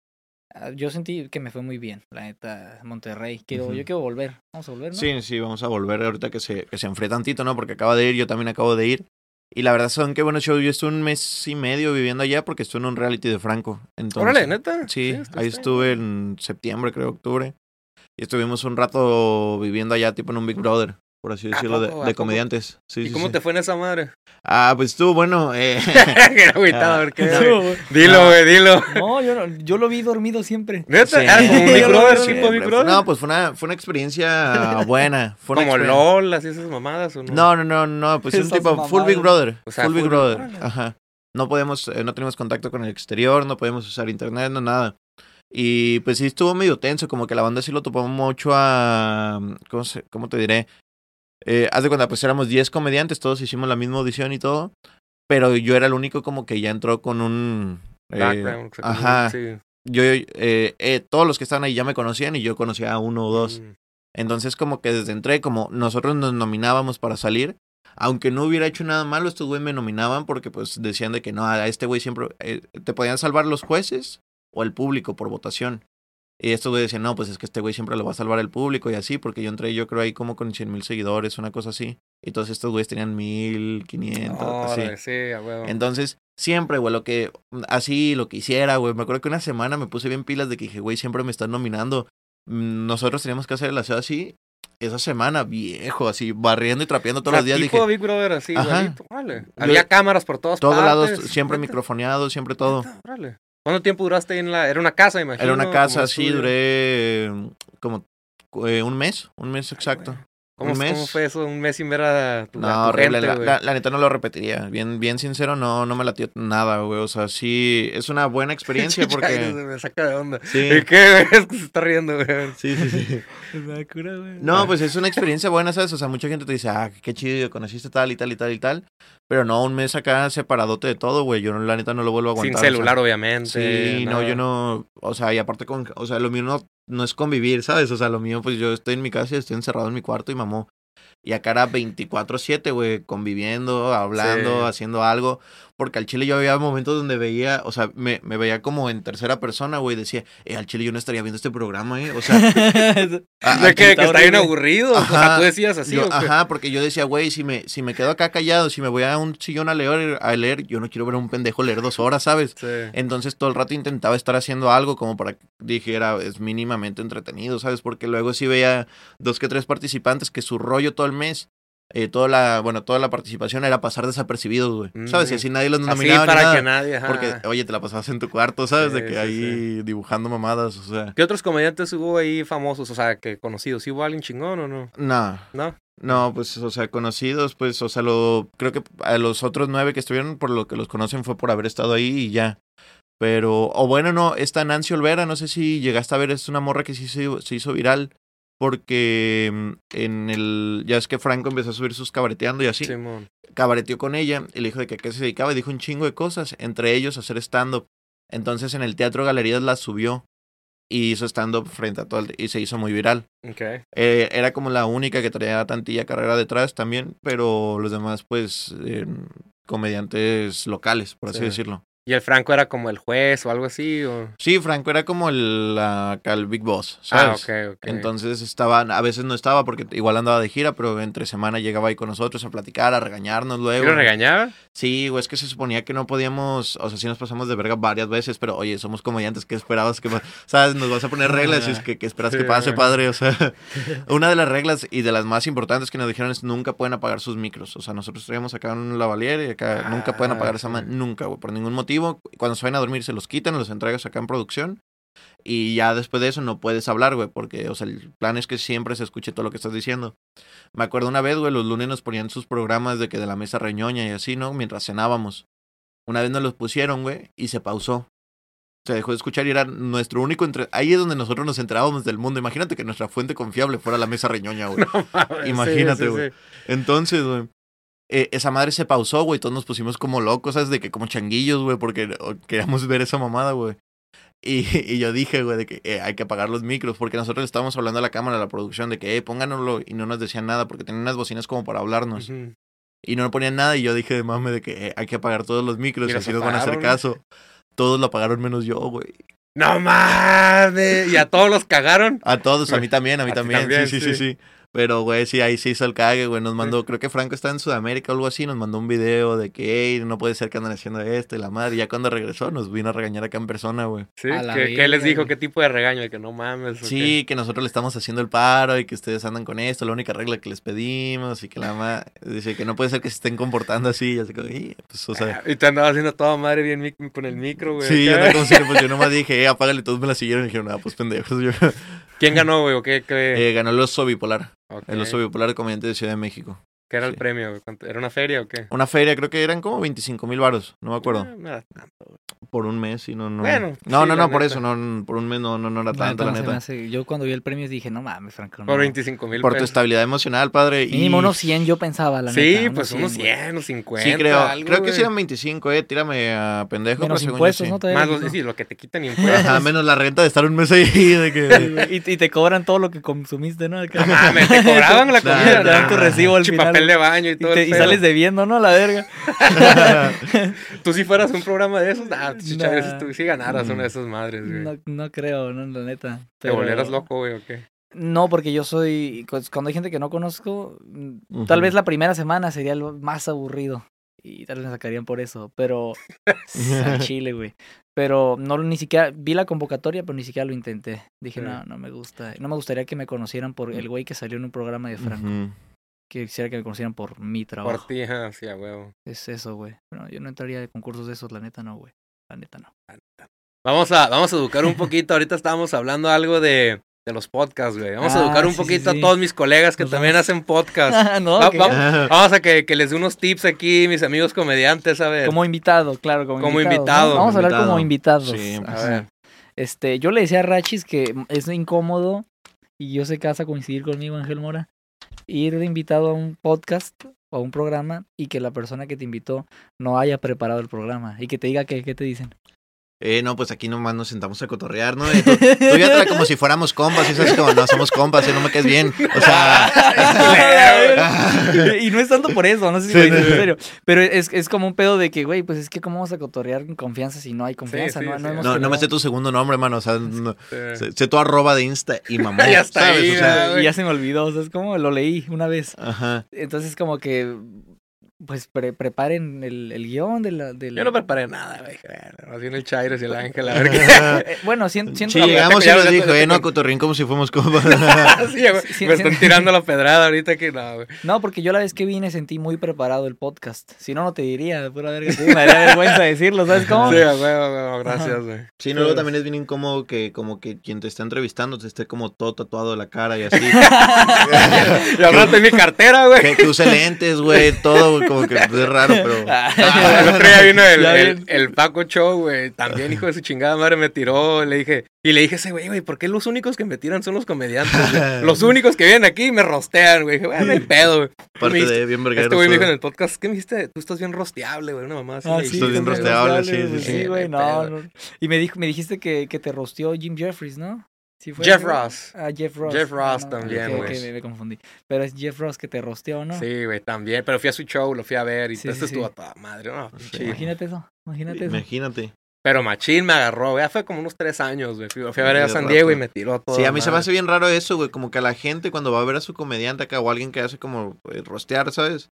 [SPEAKER 3] ah, yo sentí que me fue muy bien, la neta, Monterrey. Quiero,
[SPEAKER 2] Ujú.
[SPEAKER 3] Yo quiero volver. Vamos a volver, ¿no?
[SPEAKER 2] Sí, sí, vamos a volver ahorita que se, que se enfríe tantito, ¿no? Porque acaba de ir, yo también acabo de ir. Y la verdad son que, bueno, yo, yo estuve un mes y medio viviendo allá porque estuve en un reality de Franco. Entonces,
[SPEAKER 1] Órale, neta.
[SPEAKER 2] Sí, ahí
[SPEAKER 1] estuviste.
[SPEAKER 2] estuve en septiembre, creo, octubre. Y estuvimos un rato viviendo allá, tipo en un Big Brother. por así decirlo, de,
[SPEAKER 1] poco? ¿A
[SPEAKER 2] de
[SPEAKER 1] poco?
[SPEAKER 2] comediantes. Sí,
[SPEAKER 1] ¿Y
[SPEAKER 2] sí,
[SPEAKER 1] cómo
[SPEAKER 2] sí.
[SPEAKER 1] te fue en esa madre?
[SPEAKER 2] Ah, pues tú, bueno, eh,
[SPEAKER 1] que era agüitado,
[SPEAKER 2] Ah,
[SPEAKER 1] porque-
[SPEAKER 2] no.
[SPEAKER 1] Dilo, güey, dilo.
[SPEAKER 3] No, yo, no- yo lo vi dormido siempre.
[SPEAKER 1] Neta,
[SPEAKER 2] Sí.
[SPEAKER 1] era como un
[SPEAKER 3] Yo
[SPEAKER 1] Big Este,
[SPEAKER 3] lo
[SPEAKER 1] Brother, tipo
[SPEAKER 3] veo
[SPEAKER 2] siempre.
[SPEAKER 1] Big Brother.
[SPEAKER 2] No, pues fue una, fue una experiencia buena. Fue una
[SPEAKER 1] como
[SPEAKER 2] experien-
[SPEAKER 1] LOL, así esas mamadas, ¿o no?
[SPEAKER 2] No, no, no, no, pues es un
[SPEAKER 3] Esas
[SPEAKER 2] tipo full Big
[SPEAKER 3] mamadas.
[SPEAKER 2] Brother,
[SPEAKER 1] O sea,
[SPEAKER 2] full Big
[SPEAKER 1] full-
[SPEAKER 2] Brother,
[SPEAKER 1] órale.
[SPEAKER 2] ajá. No podemos, eh, no tenemos contacto con el exterior, no podemos usar internet, no nada. Y pues sí estuvo medio tenso, como que la banda sí lo topó mucho a, ¿cómo, se- cómo te diré? Eh, haz de cuenta, pues éramos 10 comediantes, todos hicimos la misma audición y todo, pero yo era el único como que ya entró con un... eh,
[SPEAKER 1] Background, o sea,
[SPEAKER 2] ajá.
[SPEAKER 1] sí.
[SPEAKER 2] yo, eh, eh, todos los que estaban ahí ya me conocían y yo conocía a uno o dos.
[SPEAKER 1] Mm.
[SPEAKER 2] Entonces, como que desde entré, como nosotros nos nominábamos para salir, aunque no hubiera hecho nada malo, estos güey me nominaban porque pues decían de que no, a este güey siempre eh, te podían salvar los jueces o el público por votación. Y estos güey decían, no, pues es que este güey siempre lo va a salvar el público y así, porque yo entré, yo creo ahí como con 100 mil seguidores, una cosa así. Y todos estos güeyes tenían 1500, así.
[SPEAKER 1] Órale, sí, a huevo.
[SPEAKER 2] Entonces, siempre, güey, lo que mm, así, lo que hiciera, güey. Me acuerdo que una semana me puse bien pilas de que dije, güey, siempre me están nominando. Mm, Nosotros teníamos que hacer el aseo así, esa semana, viejo, así, barriendo y trapeando todos
[SPEAKER 1] O sea,
[SPEAKER 2] los días.
[SPEAKER 1] tipo
[SPEAKER 2] Dije,
[SPEAKER 1] Big Brother, así,
[SPEAKER 2] Ajá.
[SPEAKER 1] igualito, órale. Había
[SPEAKER 2] Yo-
[SPEAKER 1] cámaras por todos
[SPEAKER 2] todos
[SPEAKER 1] partes.
[SPEAKER 2] lados, siempre
[SPEAKER 1] neta,
[SPEAKER 2] microfoneado, siempre todo.
[SPEAKER 1] neta, órale. ¿Cuánto tiempo duraste ahí en la...? Era una casa, me imagino.
[SPEAKER 2] Era una casa
[SPEAKER 1] como
[SPEAKER 2] así,
[SPEAKER 1] estudio.
[SPEAKER 2] duré eh, como eh, un mes, un mes exacto.
[SPEAKER 1] ¿Cómo,
[SPEAKER 2] un
[SPEAKER 1] cómo
[SPEAKER 2] mes.
[SPEAKER 1] fue eso? ¿Un mes sin ver a Ah, tu, a
[SPEAKER 2] No,
[SPEAKER 1] tu
[SPEAKER 2] horrible.
[SPEAKER 1] gente,
[SPEAKER 2] la,
[SPEAKER 1] güey?
[SPEAKER 2] la- la neta no lo repetiría. Bien, bien sincero, no, no me latió nada, güey. O sea, sí, es una buena experiencia
[SPEAKER 1] Chicha, se
[SPEAKER 2] porque.
[SPEAKER 1] me saca de onda.
[SPEAKER 2] Sí,
[SPEAKER 1] ¿Y qué? güey? Es que se está riendo, güey.
[SPEAKER 2] sí, sí. sí. No, pues es una experiencia buena, ¿sabes? O sea, mucha gente te dice, ah, qué chido, conociste tal y tal y tal y tal. Pero no, un mes acá separadote de todo, güey. Yo no, la neta no lo vuelvo a
[SPEAKER 1] Sin
[SPEAKER 2] aguantar. o sea.
[SPEAKER 1] celular, obviamente.
[SPEAKER 2] Sí, no,
[SPEAKER 1] nada.
[SPEAKER 2] yo no. O sea, y aparte, con, o sea, lo mío no, no es convivir, ¿sabes? O sea, lo mío, pues yo estoy en mi casa y estoy encerrado en mi cuarto y mamó. Y acá era 24-7, güey, conviviendo, hablando,
[SPEAKER 1] Sí.
[SPEAKER 2] haciendo algo. Porque al chile yo había momentos donde veía, o sea, me, me veía como en tercera persona, güey. Decía, eh, al chile yo no estaría viendo este programa, ¿eh? O sea,
[SPEAKER 3] Ah.
[SPEAKER 2] a-
[SPEAKER 1] O sea, que,
[SPEAKER 2] al chile-
[SPEAKER 1] que está bien
[SPEAKER 3] horrible.
[SPEAKER 1] aburrido. O sea,
[SPEAKER 2] Ajá.
[SPEAKER 1] tú decías así.
[SPEAKER 2] yo-
[SPEAKER 1] ¿o qué?
[SPEAKER 2] ajá, porque yo decía, güey, si me, si me quedo acá callado, si me voy a un sillón a leer, a leer, yo no quiero ver a un pendejo leer dos horas, ¿sabes?
[SPEAKER 1] Sí.
[SPEAKER 2] Entonces todo el rato intentaba estar haciendo algo como para que dijera, es mínimamente entretenido, ¿sabes? Porque luego sí veía dos que tres participantes que su rollo todo el mes, eh, toda la, bueno, toda la participación era pasar desapercibidos, güey. ¿Sabes? Y
[SPEAKER 1] Mm.
[SPEAKER 2] así nadie los
[SPEAKER 1] Así
[SPEAKER 2] nominaba. ni
[SPEAKER 1] para
[SPEAKER 2] nada,
[SPEAKER 1] que nadie. ajá.
[SPEAKER 2] Porque, oye, te la pasabas en tu cuarto, ¿sabes?
[SPEAKER 1] Sí,
[SPEAKER 2] de que
[SPEAKER 1] sí,
[SPEAKER 2] ahí dibujando mamadas, o sea.
[SPEAKER 1] ¿Qué otros comediantes hubo ahí famosos? O sea, que conocidos. ¿Sí hubo alguien chingón o no?
[SPEAKER 2] Nah.
[SPEAKER 1] ¿No?
[SPEAKER 2] No, pues, o sea, conocidos, pues, o sea, lo, creo que a los otros nueve que estuvieron, por lo que los conocen fue por haber estado ahí y ya. Pero, o bueno, no, esta Nancy Olvera, no sé si llegaste a ver, es una morra que sí se, se hizo viral porque mm, en el, ya es que Franco empezó a subir sus cabareteando y así,
[SPEAKER 1] Simón.
[SPEAKER 2] cabareteó con ella y le dijo de que a qué se dedicaba y dijo un chingo de cosas, entre ellos hacer stand-up. Entonces en el Teatro Galerías la subió y hizo stand-up frente a todo el, y se hizo muy viral.
[SPEAKER 1] Ok.
[SPEAKER 2] Eh, era como la única que traía tantilla carrera detrás también, pero los demás, pues, eh, comediantes locales, por así
[SPEAKER 1] Sí.
[SPEAKER 2] decirlo.
[SPEAKER 1] ¿Y el Franco era como el juez o algo así? O...
[SPEAKER 2] Sí, Franco era como el, la, acá el Big Boss,
[SPEAKER 1] Ah,
[SPEAKER 2] ¿sabes?
[SPEAKER 1] ok, ok.
[SPEAKER 2] Entonces estaba, a veces no estaba porque igual andaba de gira, pero entre semana llegaba ahí con nosotros a platicar, a regañarnos
[SPEAKER 1] ¿Sí
[SPEAKER 2] luego.
[SPEAKER 1] lo regañaba?
[SPEAKER 2] Sí, güey, es que se suponía que no podíamos, o sea, sí nos pasamos de verga varias veces, pero oye, somos comediantes, ¿qué esperabas que pa- ¿Sabes? Nos vas a poner reglas y es que, ¿qué esperas que
[SPEAKER 1] Ah, Sí,
[SPEAKER 2] pase,
[SPEAKER 1] güey.
[SPEAKER 2] padre? O sea, una de las reglas y de las más importantes que nos dijeron es nunca pueden apagar sus micros. O sea, nosotros traíamos acá un lavalier y acá nunca pueden
[SPEAKER 1] Ah,
[SPEAKER 2] apagar esa
[SPEAKER 1] sí.
[SPEAKER 2] mano, nunca, güey, por ningún motivo. Cuando se vayan a dormir se los quitan, los entregas acá en producción. Y ya después de eso no puedes hablar, güey, porque, o sea, el plan es que siempre se escuche todo lo que estás diciendo. Me acuerdo una vez, güey, los lunes nos ponían sus programas de que de la mesa reñoña y así, ¿no? Mientras cenábamos. Una vez nos los pusieron, güey, y se pausó. Se dejó de escuchar y era nuestro único... Entre... Ahí es donde nosotros nos enterábamos del mundo. Imagínate que nuestra fuente confiable fuera la mesa reñoña, güey. Imagínate, güey. Entonces, güey. eh, esa madre se pausó, güey. Todos nos pusimos como locos, ¿sabes? De que como changuillos, güey, porque o, queríamos ver esa mamada, güey. Y, y yo dije, güey, de que eh, hay que apagar los micros, porque nosotros estábamos hablando a la cámara, a la producción, de que, eh, pónganoslo, y no nos decían nada, porque tenían unas bocinas como para hablarnos,
[SPEAKER 1] Ujú.
[SPEAKER 2] y no nos ponían nada, y yo dije de mame de que eh, hay que apagar todos los micros,
[SPEAKER 1] Y
[SPEAKER 2] y
[SPEAKER 1] los
[SPEAKER 2] así nos van a hacer
[SPEAKER 1] apagaron.
[SPEAKER 2] caso. Todos lo apagaron menos yo, güey.
[SPEAKER 1] No mames. ¿Y a todos los cagaron?
[SPEAKER 2] A todos, a mí también, a mí
[SPEAKER 1] A ti
[SPEAKER 2] también.
[SPEAKER 1] también,
[SPEAKER 2] sí, sí, sí,
[SPEAKER 1] sí.
[SPEAKER 2] sí. Pero, güey, sí, ahí se hizo el cague, güey. Nos mandó, creo que Franco está en Sudamérica o algo así, nos mandó un video de que, "Ey, no puede ser que andan haciendo esto y la madre. Ya cuando regresó, nos vino a regañar acá en persona, güey.
[SPEAKER 1] Sí,
[SPEAKER 3] A la
[SPEAKER 1] que, que les
[SPEAKER 3] verga,
[SPEAKER 1] dijo
[SPEAKER 3] güey.
[SPEAKER 1] qué tipo de regaño, de que no mames. o
[SPEAKER 2] Sí, que nosotros le estamos haciendo el paro y que ustedes andan con esto, la única regla que les pedimos y que la madre. Dice que no puede ser que se estén comportando así. Y así como, "Ih, pues, o
[SPEAKER 1] qué.
[SPEAKER 2] sea.
[SPEAKER 1] Y te andaba haciendo toda madre bien mic- con el micro, güey.
[SPEAKER 2] Sí, yo,
[SPEAKER 1] acá.
[SPEAKER 2] no, como si, pues, yo nomás dije, eh, apágale, y todos me la siguieron y dijeron, ah, pues pendejos. Yo,
[SPEAKER 1] ¿Quién ganó, güey? ¿O qué? qué?
[SPEAKER 2] eh, ganó el oso bipolar,
[SPEAKER 1] Ok.
[SPEAKER 2] el oso bipolar de comediante de Ciudad de México.
[SPEAKER 1] ¿Qué era el
[SPEAKER 2] sí.
[SPEAKER 1] premio, güey? ¿Cuánto- ¿Era una feria o qué?
[SPEAKER 2] Una feria, creo que eran como 25 mil varos, no me acuerdo.
[SPEAKER 1] Ah, nada.
[SPEAKER 2] Por un mes y no, no.
[SPEAKER 1] Bueno,
[SPEAKER 2] no,
[SPEAKER 1] sí,
[SPEAKER 2] no,
[SPEAKER 1] la
[SPEAKER 2] no, por
[SPEAKER 1] neta.
[SPEAKER 2] eso, no, no, por un mes no, no, no era
[SPEAKER 3] La
[SPEAKER 2] tanto,
[SPEAKER 3] neta
[SPEAKER 2] la
[SPEAKER 3] no se me
[SPEAKER 2] neta.
[SPEAKER 3] hace- Yo cuando vi el premio dije, no mames, Franco.
[SPEAKER 1] Por
[SPEAKER 3] no.
[SPEAKER 1] 25 mil
[SPEAKER 2] Por tu
[SPEAKER 1] pesos.
[SPEAKER 2] estabilidad emocional, padre. Y...
[SPEAKER 3] Mínimo unos 100 yo pensaba, la neta.
[SPEAKER 1] Sí, pues unos
[SPEAKER 3] güey.
[SPEAKER 1] 100, unos 50.
[SPEAKER 2] Sí, creo.
[SPEAKER 1] algo,
[SPEAKER 2] creo que
[SPEAKER 1] güey.
[SPEAKER 2] sí eran 25, eh. Tírame a pendejo. pero
[SPEAKER 3] Menos
[SPEAKER 2] según yo
[SPEAKER 3] impuestos,
[SPEAKER 2] sí.
[SPEAKER 3] ¿no? Todavía
[SPEAKER 1] Más
[SPEAKER 3] les
[SPEAKER 1] los,
[SPEAKER 3] dijo.
[SPEAKER 1] sí, lo que te quitan impuestos.
[SPEAKER 2] Ajá, menos la renta de estar un mes ahí. De que...
[SPEAKER 3] Y, y te cobran todo lo que consumiste, ¿no? Acá.
[SPEAKER 1] Mames, te cobraban la
[SPEAKER 2] Nah,
[SPEAKER 1] comida.
[SPEAKER 2] te dan
[SPEAKER 1] nah,
[SPEAKER 2] tu
[SPEAKER 1] nah.
[SPEAKER 3] recibo al
[SPEAKER 1] Pinche
[SPEAKER 3] final.
[SPEAKER 1] papel de baño y
[SPEAKER 3] Y,
[SPEAKER 1] todo.
[SPEAKER 3] te-
[SPEAKER 1] el
[SPEAKER 3] y
[SPEAKER 1] pedo.
[SPEAKER 3] sales debiendo, ¿no? La verga.
[SPEAKER 1] Tú si fueras un programa de esos, ah, nah, tú,
[SPEAKER 3] Nah.
[SPEAKER 1] chaves, tú sí ganaras
[SPEAKER 2] Mm.
[SPEAKER 1] una de esas madres, güey.
[SPEAKER 3] No, no creo, no, la neta.
[SPEAKER 1] Te
[SPEAKER 3] Pero-
[SPEAKER 1] volvieras loco, güey, o qué.
[SPEAKER 3] No, porque yo soy. cu- Cuando hay gente que no conozco, mm, tal vez la primera semana sería lo más aburrido. Y tal vez me sacarían por eso. Pero. al chile, güey. Pero no ni siquiera. Vi la convocatoria, pero ni siquiera lo intenté. Dije,
[SPEAKER 1] Sí. Mm.
[SPEAKER 3] no, no me gusta. No me gustaría que me conocieran por el güey que salió en un programa de Franco.
[SPEAKER 2] Ujú.
[SPEAKER 3] Que quisiera que me conocieran por mi trabajo.
[SPEAKER 1] Por ti, ajá, sí, a huevo.
[SPEAKER 3] Es eso, güey. No, yo no entraría de concursos de esos, la neta no, güey. La neta no.
[SPEAKER 1] Vamos a, vamos a educar un poquito. Ahorita estábamos hablando algo de, de los podcasts, güey. Vamos a
[SPEAKER 3] Ah,
[SPEAKER 1] educar un
[SPEAKER 3] sí, sí,
[SPEAKER 1] poquito
[SPEAKER 3] sí.
[SPEAKER 1] a todos mis colegas que
[SPEAKER 3] Nos
[SPEAKER 1] también
[SPEAKER 3] vamos-
[SPEAKER 1] hacen podcast.
[SPEAKER 3] no,
[SPEAKER 1] Va-
[SPEAKER 3] que-
[SPEAKER 1] vamos- Vamos a que, que les dé unos tips aquí, mis amigos comediantes, a ver.
[SPEAKER 3] como invitado, claro, como,
[SPEAKER 1] Como
[SPEAKER 3] invitado.
[SPEAKER 1] invitado.
[SPEAKER 3] ¿no? Vamos a hablar como invitados.
[SPEAKER 2] Sí, pues.
[SPEAKER 1] A ver.
[SPEAKER 3] Este, yo le decía a Rachis que es incómodo y yo sé que vas a coincidir conmigo, Ángel Mora, ir de invitado a un podcast o a un programa y que la persona que te invitó no haya preparado el programa y que te diga que, qué te dicen.
[SPEAKER 2] Eh, no, pues aquí nomás nos sentamos a cotorrear, ¿no? Eh, tú, tú ya tratas como si fuéramos compas, y sabes como no somos compas, y no me caes bien. O sea.
[SPEAKER 3] y no es tanto por eso, no sé si lo
[SPEAKER 2] Sí,
[SPEAKER 3] dices
[SPEAKER 2] sí,
[SPEAKER 3] en
[SPEAKER 2] sí.
[SPEAKER 3] serio, pero es, es como un pedo de que, güey, pues es que cómo vamos a cotorrear en confianza si no hay confianza,
[SPEAKER 1] sí,
[SPEAKER 3] no, no
[SPEAKER 1] sí.
[SPEAKER 3] hemos
[SPEAKER 2] no, no me sé
[SPEAKER 3] preparado.
[SPEAKER 2] tu segundo nombre, hermano. O sea, no-
[SPEAKER 1] Eh,
[SPEAKER 2] sé, sé tu arroba de Insta y mamá.
[SPEAKER 1] Ya está
[SPEAKER 2] ¿sabes?
[SPEAKER 1] ahí,
[SPEAKER 2] O sea,
[SPEAKER 1] güey.
[SPEAKER 3] Y ya se me olvidó, o sea, es como lo leí una vez.
[SPEAKER 2] ajá.
[SPEAKER 3] Entonces como que, pues pre- preparen el, el guión de la... del-
[SPEAKER 1] Yo no preparé nada, güey. dije, bueno, Más bien el Chaires y el Ángel, a ver qué.
[SPEAKER 3] Eh, bueno, siento... siento
[SPEAKER 2] Sí,
[SPEAKER 1] la-
[SPEAKER 2] llegamos y
[SPEAKER 1] ya
[SPEAKER 2] nos
[SPEAKER 1] hablando
[SPEAKER 2] dijo,
[SPEAKER 1] de-
[SPEAKER 2] eh, no, cotorrín como si fuéramos compas.
[SPEAKER 1] Sí, güey,
[SPEAKER 3] Sí, sí,
[SPEAKER 1] me
[SPEAKER 3] sí.
[SPEAKER 1] están tirando la pedrada ahorita que no, güey.
[SPEAKER 3] No, porque yo la vez que vine sentí muy preparado el podcast. Si no, no te diría, de pura verga. sí, me daría vergüenza decirlo, ¿sabes cómo?
[SPEAKER 1] Sí, a huevo, a huevo, gracias, güey.
[SPEAKER 2] Sí, no, luego también es bien incómodo que como que quien te está entrevistando te esté como todo tatuado de la cara y así.
[SPEAKER 1] Y ahora en mi cartera, güey.
[SPEAKER 2] que, que use lentes, güey, todo, güey, como que es raro, pero...
[SPEAKER 3] Ah,
[SPEAKER 1] Ah, El otro día vino el,
[SPEAKER 3] Ya
[SPEAKER 1] el,
[SPEAKER 3] bien.
[SPEAKER 1] el Paco Show, güey. También, hijo de su chingada madre, me tiró. Le dije, y le dije, a ese güey, güey, ¿por qué los únicos que me tiran son los comediantes? güey? Los únicos que vienen aquí y me rostean, güey. Dije, bueno, no hay pedo, güey. Me
[SPEAKER 2] Parte
[SPEAKER 1] dijiste-
[SPEAKER 2] de bien verguero.
[SPEAKER 1] Este güey me dijo en
[SPEAKER 2] todo.
[SPEAKER 1] el podcast, ¿qué me dijiste? Tú estás bien rosteable, güey, una mamá así.
[SPEAKER 3] Ah,
[SPEAKER 1] me
[SPEAKER 3] sí,
[SPEAKER 2] Estoy
[SPEAKER 1] dijiste,
[SPEAKER 2] bien
[SPEAKER 3] estás
[SPEAKER 1] güey.
[SPEAKER 2] rosteable, sí,
[SPEAKER 3] güey,
[SPEAKER 2] sí,
[SPEAKER 1] sí.
[SPEAKER 3] güey,
[SPEAKER 1] No hay
[SPEAKER 3] no,
[SPEAKER 1] pedo.
[SPEAKER 3] no. Y me, dijo, me dijiste que, que te rosteó Jim Jeffries, ¿no? Sí fue,
[SPEAKER 1] Jeff
[SPEAKER 3] güey.
[SPEAKER 1] Ross.
[SPEAKER 3] Ah, Jeff Ross.
[SPEAKER 1] Jeff Ross
[SPEAKER 3] Ah,
[SPEAKER 1] también,
[SPEAKER 3] ok, ok,
[SPEAKER 1] güey.
[SPEAKER 3] me, me confundí. Pero es Jeff Ross que te rosteó, ¿no?
[SPEAKER 1] Sí, güey, también. Pero fui a su show, lo fui a ver y
[SPEAKER 3] Sí,
[SPEAKER 1] esto
[SPEAKER 3] sí,
[SPEAKER 1] estuvo
[SPEAKER 3] sí.
[SPEAKER 1] a toda madre, ¿no?
[SPEAKER 2] Sí.
[SPEAKER 1] Pinche
[SPEAKER 3] Imagínate eso, imagínate eso.
[SPEAKER 2] Imagínate.
[SPEAKER 1] Pero Machín me agarró, güey. Fue como unos tres años, güey. Fui, fui a ver a
[SPEAKER 2] Sí,
[SPEAKER 1] San
[SPEAKER 2] rato.
[SPEAKER 1] Diego y me tiró todo.
[SPEAKER 2] Sí, a mí se me
[SPEAKER 1] madre.
[SPEAKER 2] hace bien raro eso, güey, como que a la gente cuando va a ver a su comediante acá o alguien que hace como eh, rostear, ¿sabes?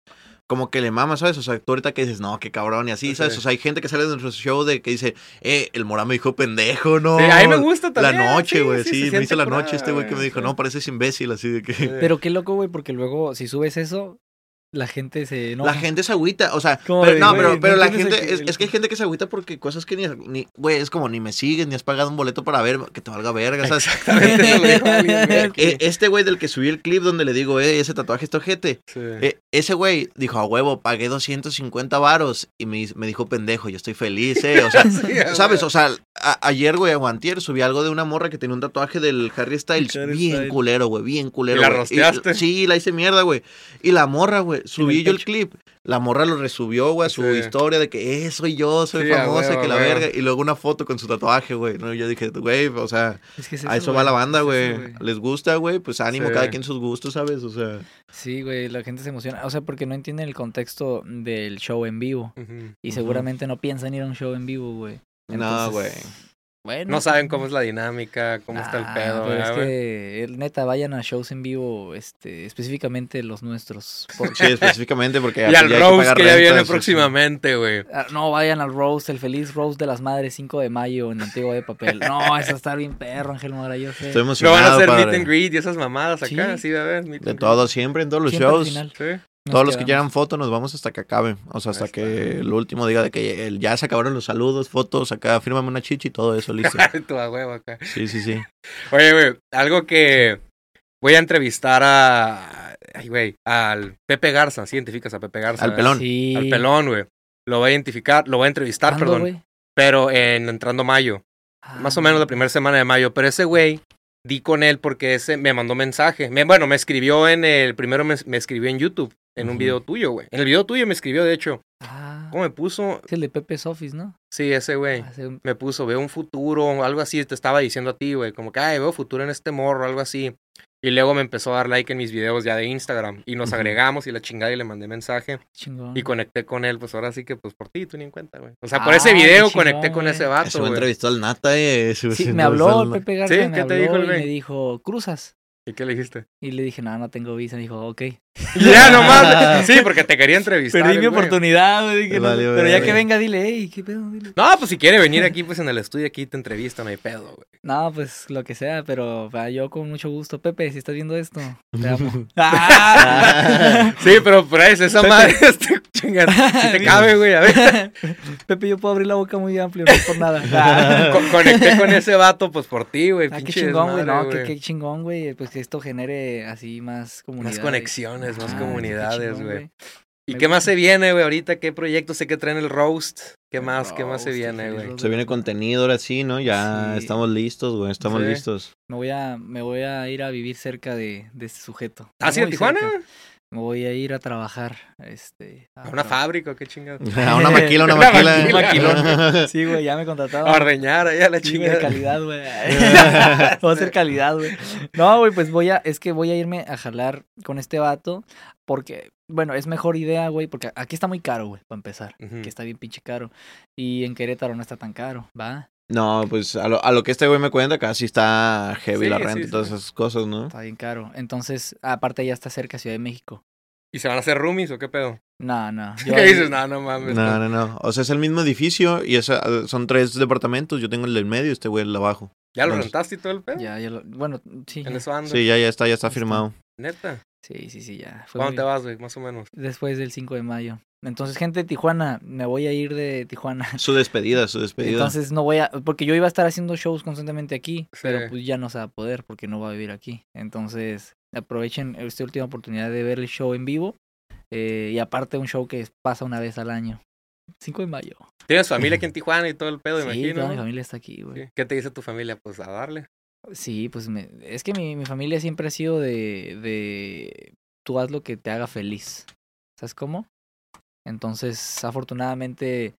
[SPEAKER 2] Como que le mama, ¿sabes? O sea, tú ahorita que dices, no, qué cabrón, y así,
[SPEAKER 1] Sí.
[SPEAKER 2] ¿sabes? O sea, hay gente que sale de nuestro show de que dice, eh, el morá me dijo pendejo, ¿no?
[SPEAKER 1] Sí, a mí me gusta
[SPEAKER 2] La
[SPEAKER 1] también.
[SPEAKER 2] noche,
[SPEAKER 1] sí,
[SPEAKER 2] güey,
[SPEAKER 1] sí,
[SPEAKER 2] sí,
[SPEAKER 1] se
[SPEAKER 2] me
[SPEAKER 1] siente
[SPEAKER 2] hizo la
[SPEAKER 1] curada,
[SPEAKER 2] noche este güey que me dijo,
[SPEAKER 1] sí.
[SPEAKER 2] no, pareces imbécil, así de que...
[SPEAKER 1] Sí.
[SPEAKER 3] Pero qué loco, güey, porque luego si subes eso, la gente se enoja.
[SPEAKER 2] La gente se agüita, o sea,
[SPEAKER 3] Como
[SPEAKER 2] pero,
[SPEAKER 3] de,
[SPEAKER 2] no,
[SPEAKER 3] güey,
[SPEAKER 2] pero,
[SPEAKER 3] no
[SPEAKER 2] pero la
[SPEAKER 3] entiendes
[SPEAKER 2] gente,
[SPEAKER 3] el que-
[SPEAKER 2] es, es que hay gente que se agüita porque cosas que ni, ni- güey, es como ni me sigues, ni has pagado un boleto para ver, que te valga verga, ¿sabes?
[SPEAKER 1] Exactamente, eso le dijo alguien, güey.
[SPEAKER 2] Eh, este güey del que subí el clip donde le digo, eh, ese tatuaje está ojete,
[SPEAKER 1] Sí.
[SPEAKER 2] eh, ese güey dijo, a huevo, pagué 250 varos y me, hiz- me dijo, pendejo, yo estoy feliz, eh, o sea,
[SPEAKER 1] Sí,
[SPEAKER 2] ¿sabes? O
[SPEAKER 1] güey.
[SPEAKER 2] sea, a- ayer, güey, o antier, subí algo de una morra que tenía un tatuaje del Harry Styles,
[SPEAKER 3] Harry
[SPEAKER 2] bien
[SPEAKER 3] Styles.
[SPEAKER 2] culero, güey, bien culero.
[SPEAKER 1] ¿Y la
[SPEAKER 2] güey.
[SPEAKER 1] rosteaste?
[SPEAKER 2] sí, la hice mierda, güey. Y la morra, güey, subí
[SPEAKER 3] el
[SPEAKER 2] yo el
[SPEAKER 3] pecho.
[SPEAKER 2] clip, la morra lo resubió, güey, a su
[SPEAKER 1] Sí.
[SPEAKER 2] historia de que, eh, soy yo, soy
[SPEAKER 1] Sí, a
[SPEAKER 2] famosa,
[SPEAKER 1] huevo,
[SPEAKER 2] que la
[SPEAKER 1] a huevo.
[SPEAKER 2] verga, y luego una foto con su tatuaje, güey, ¿no? Y yo dije, güey, o sea...
[SPEAKER 3] Es que es
[SPEAKER 2] A eso va
[SPEAKER 3] güey,
[SPEAKER 2] la banda,
[SPEAKER 3] es eso,
[SPEAKER 2] güey. Les gusta, güey. Pues ánimo,
[SPEAKER 1] Sí.
[SPEAKER 2] cada quien sus gustos, ¿sabes? O sea.
[SPEAKER 3] Sí, güey, la gente se emociona. O sea, porque no entienden el contexto del show en vivo.
[SPEAKER 1] Ujú.
[SPEAKER 3] Y
[SPEAKER 2] Ujú.
[SPEAKER 3] seguramente no piensan ir a un show en vivo, güey.
[SPEAKER 2] no, güey.
[SPEAKER 3] Entonces, bueno. pues,
[SPEAKER 1] No saben cómo es la dinámica, cómo está el
[SPEAKER 3] Ah,
[SPEAKER 1] pedo.
[SPEAKER 3] pero
[SPEAKER 1] ¿verdad,
[SPEAKER 3] es
[SPEAKER 1] güey?
[SPEAKER 3] que, el- neta, vayan a shows en vivo, este, específicamente los nuestros. por-
[SPEAKER 2] Sí, específicamente porque
[SPEAKER 1] Y al
[SPEAKER 2] ya hay
[SPEAKER 1] Rose
[SPEAKER 2] pagar
[SPEAKER 1] que ya
[SPEAKER 2] rentas,
[SPEAKER 1] viene
[SPEAKER 2] sí, sí.
[SPEAKER 1] próximamente, güey.
[SPEAKER 3] Ah, No, vayan al Rose, el feliz Rose de las Madres 5 de mayo en Antigua de Papel. No, eso está bien perro, Ángel Mora, yo sé.
[SPEAKER 2] Estoy
[SPEAKER 1] No
[SPEAKER 2] emocionado.
[SPEAKER 1] van a hacer
[SPEAKER 2] padre.
[SPEAKER 1] meet and greet y esas mamadas acá,
[SPEAKER 3] Sí.
[SPEAKER 1] sí, va a haber meet
[SPEAKER 2] De
[SPEAKER 1] and
[SPEAKER 2] todo, siempre, en todos los
[SPEAKER 3] Siempre al
[SPEAKER 2] shows.
[SPEAKER 3] final
[SPEAKER 1] greet. Sí.
[SPEAKER 3] nos
[SPEAKER 2] Todos los que
[SPEAKER 3] quedamos.
[SPEAKER 2] quieran foto, nos vamos hasta que acabe. O sea, hasta
[SPEAKER 1] Ahí
[SPEAKER 2] que el último diga de que el- ya se acabaron los saludos, fotos, acá, fírmame una chichi y todo eso, listo.
[SPEAKER 1] Tú a huevo acá.
[SPEAKER 2] Sí, sí, sí.
[SPEAKER 1] Oye, güey, algo que voy a entrevistar a. Ay, güey, al Pepe Garza. Sí, identificas a Pepe Garza.
[SPEAKER 2] Al
[SPEAKER 1] ¿verdad?
[SPEAKER 2] pelón.
[SPEAKER 3] Sí.
[SPEAKER 1] Al pelón, güey. Lo voy a identificar, lo voy a entrevistar,
[SPEAKER 3] ¿Cuándo,
[SPEAKER 1] perdón.
[SPEAKER 3] güey?
[SPEAKER 1] Pero en entrando mayo,
[SPEAKER 3] Ah,
[SPEAKER 1] más o menos la primera semana de mayo. Pero ese güey, di con él porque ese me mandó mensaje. Me- bueno, me escribió en el. Primero me, me escribió en YouTube, en un
[SPEAKER 2] Ujú.
[SPEAKER 1] video tuyo, güey. En el video tuyo me escribió, de hecho.
[SPEAKER 3] Ah,
[SPEAKER 1] ¿Cómo me puso?
[SPEAKER 3] es el de Pepe's Office, ¿no?
[SPEAKER 1] Sí, ese güey.
[SPEAKER 3] Hace un-
[SPEAKER 1] me puso, veo un futuro, algo así, te estaba diciendo a ti, güey, como que, ay, veo futuro en este morro, algo así. Y luego me empezó a dar like en mis videos ya de Instagram y nos
[SPEAKER 2] Ujú.
[SPEAKER 1] agregamos y la chingada y le mandé mensaje
[SPEAKER 3] Chingón.
[SPEAKER 1] y conecté con él, pues ahora sí que pues por ti, tú ni en cuenta, güey. O sea, por ese
[SPEAKER 3] Ay, Ah, qué
[SPEAKER 1] video
[SPEAKER 3] chingón,
[SPEAKER 1] conecté con
[SPEAKER 3] güey.
[SPEAKER 1] ese
[SPEAKER 2] Eso
[SPEAKER 1] vato,
[SPEAKER 2] me
[SPEAKER 1] güey.
[SPEAKER 2] entrevistó al Nata, eh. eso
[SPEAKER 3] Sí,
[SPEAKER 2] sí,
[SPEAKER 3] me
[SPEAKER 2] entrevistó
[SPEAKER 3] habló
[SPEAKER 2] al
[SPEAKER 3] el
[SPEAKER 2] Nata.
[SPEAKER 3] Pepe Garza,
[SPEAKER 1] Sí,
[SPEAKER 3] me
[SPEAKER 1] ¿qué te
[SPEAKER 3] habló
[SPEAKER 1] dijo el
[SPEAKER 3] y
[SPEAKER 1] güey?
[SPEAKER 3] me dijo, ¿cruzas?
[SPEAKER 1] ¿Y qué le dijiste?
[SPEAKER 3] Y le dije, no, no tengo visa. Me dijo, ok.
[SPEAKER 1] ya nomás, sí, porque te quería entrevistar.
[SPEAKER 3] Perdí mi
[SPEAKER 1] el güey.
[SPEAKER 3] oportunidad, güey, dije,
[SPEAKER 2] Le
[SPEAKER 3] no,
[SPEAKER 2] valió
[SPEAKER 3] pero ya
[SPEAKER 2] verga.
[SPEAKER 3] que venga, dile, hey, ¿qué pedo? Dile.
[SPEAKER 1] No, pues si quiere venir aquí, pues en el estudio aquí te entrevista, no hay pedo, güey.
[SPEAKER 3] No, pues lo que sea, pero va, yo con mucho gusto. Pepe, si estás viendo esto, te amo. ¡Ah!
[SPEAKER 1] Sí, pero por ahí es esa madre, este chingada, si te cabe, güey, a ver.
[SPEAKER 3] Pepe, yo puedo abrir la boca muy amplio, no es por nada. Ah,
[SPEAKER 1] Co- conecté con ese vato, pues por ti, güey.
[SPEAKER 3] qué
[SPEAKER 1] pinche
[SPEAKER 3] chingón, güey,
[SPEAKER 1] desmadre,
[SPEAKER 3] no, qué,
[SPEAKER 1] güey.
[SPEAKER 3] qué chingón, güey. Pues que esto genere así más comunidades.
[SPEAKER 1] Más conexiones, más
[SPEAKER 3] Ah, qué
[SPEAKER 1] comunidades,
[SPEAKER 3] chingón,
[SPEAKER 1] güey. ¿Y
[SPEAKER 3] Me
[SPEAKER 1] qué más
[SPEAKER 3] gusta.
[SPEAKER 1] se viene, güey, ahorita? ¿Qué proyectos sé que traen el roast? ¿Qué
[SPEAKER 3] El
[SPEAKER 1] más, qué más se
[SPEAKER 3] roast,
[SPEAKER 1] viene,
[SPEAKER 3] el
[SPEAKER 1] güey?
[SPEAKER 3] roast.
[SPEAKER 2] Se viene contenido ahora sí, ¿no? Ya
[SPEAKER 3] Sí.
[SPEAKER 2] estamos listos, güey. Estamos
[SPEAKER 1] Sí.
[SPEAKER 2] listos.
[SPEAKER 3] Me voy a, me voy a ir a vivir cerca de, de este sujeto.
[SPEAKER 1] ¿Ah, sí, a
[SPEAKER 3] Muy
[SPEAKER 1] Tijuana?
[SPEAKER 3] cerca. Me voy a ir a trabajar, este.
[SPEAKER 1] ¿A una
[SPEAKER 3] tra-
[SPEAKER 1] fábrica o qué chingada?
[SPEAKER 2] A una maquila, una
[SPEAKER 1] Una
[SPEAKER 2] maquila.
[SPEAKER 1] maquila,
[SPEAKER 3] Sí, güey, ya me contrataron.
[SPEAKER 1] A ordeñar allá la
[SPEAKER 3] Sí, güey, de
[SPEAKER 1] chingada.
[SPEAKER 3] calidad, güey. Va a ser calidad, güey. No, güey, pues voy a, es que voy a irme a jalar con este vato porque, bueno, es mejor idea, güey, porque aquí está muy caro, güey, para empezar.
[SPEAKER 1] Ujú.
[SPEAKER 3] Que está bien pinche caro. Y en Querétaro no está tan caro, ¿va?
[SPEAKER 2] No, pues a lo, a lo que este güey me cuenta, casi está heavy
[SPEAKER 1] Sí,
[SPEAKER 2] la
[SPEAKER 1] sí,
[SPEAKER 2] renta
[SPEAKER 1] sí.
[SPEAKER 2] y todas esas cosas, ¿no?
[SPEAKER 3] Está bien caro. Entonces, aparte ya está cerca Ciudad de México.
[SPEAKER 1] ¿Y se van a hacer roomies o qué pedo?
[SPEAKER 3] No, no. yo
[SPEAKER 1] ¿Qué
[SPEAKER 3] ahí-
[SPEAKER 1] dices? No, no mames.
[SPEAKER 2] No,
[SPEAKER 1] no.
[SPEAKER 2] no, no. O sea, es el mismo edificio y es- son tres departamentos. Yo tengo el del medio y este güey el de abajo.
[SPEAKER 1] ¿Ya lo
[SPEAKER 2] no.
[SPEAKER 1] rentaste y todo el pedo?
[SPEAKER 3] Ya, ya lo- bueno, sí.
[SPEAKER 1] En
[SPEAKER 3] ya.
[SPEAKER 1] eso ando.
[SPEAKER 2] Sí, ya, ya está, ya está
[SPEAKER 3] Está.
[SPEAKER 2] firmado.
[SPEAKER 1] Neta.
[SPEAKER 3] Sí, sí, sí, ya. Fue
[SPEAKER 1] ¿Cuándo
[SPEAKER 3] muy-
[SPEAKER 1] te vas, güey? Más o menos.
[SPEAKER 3] Después del 5 de mayo. Entonces, gente de Tijuana, me voy a ir de Tijuana.
[SPEAKER 2] Su despedida, su despedida.
[SPEAKER 3] Entonces no voy a, porque yo iba a estar haciendo shows constantemente aquí,
[SPEAKER 1] Sí.
[SPEAKER 3] pero pues ya no se va a poder porque no va a vivir aquí. Entonces aprovechen esta última oportunidad de ver el show en vivo eh, y aparte un show que pasa una vez al año. 5 de mayo.
[SPEAKER 1] Tienes familia aquí en Tijuana y todo el pedo,
[SPEAKER 3] sí,
[SPEAKER 1] imagino.
[SPEAKER 3] toda mi
[SPEAKER 1] ¿no?
[SPEAKER 3] familia está aquí, güey.
[SPEAKER 1] Sí. ¿Qué te dice tu familia? Pues a darle.
[SPEAKER 3] Sí, pues me- es que mi, mi familia siempre ha sido de, de tú haz lo que te haga feliz. ¿Sabes cómo? Entonces, afortunadamente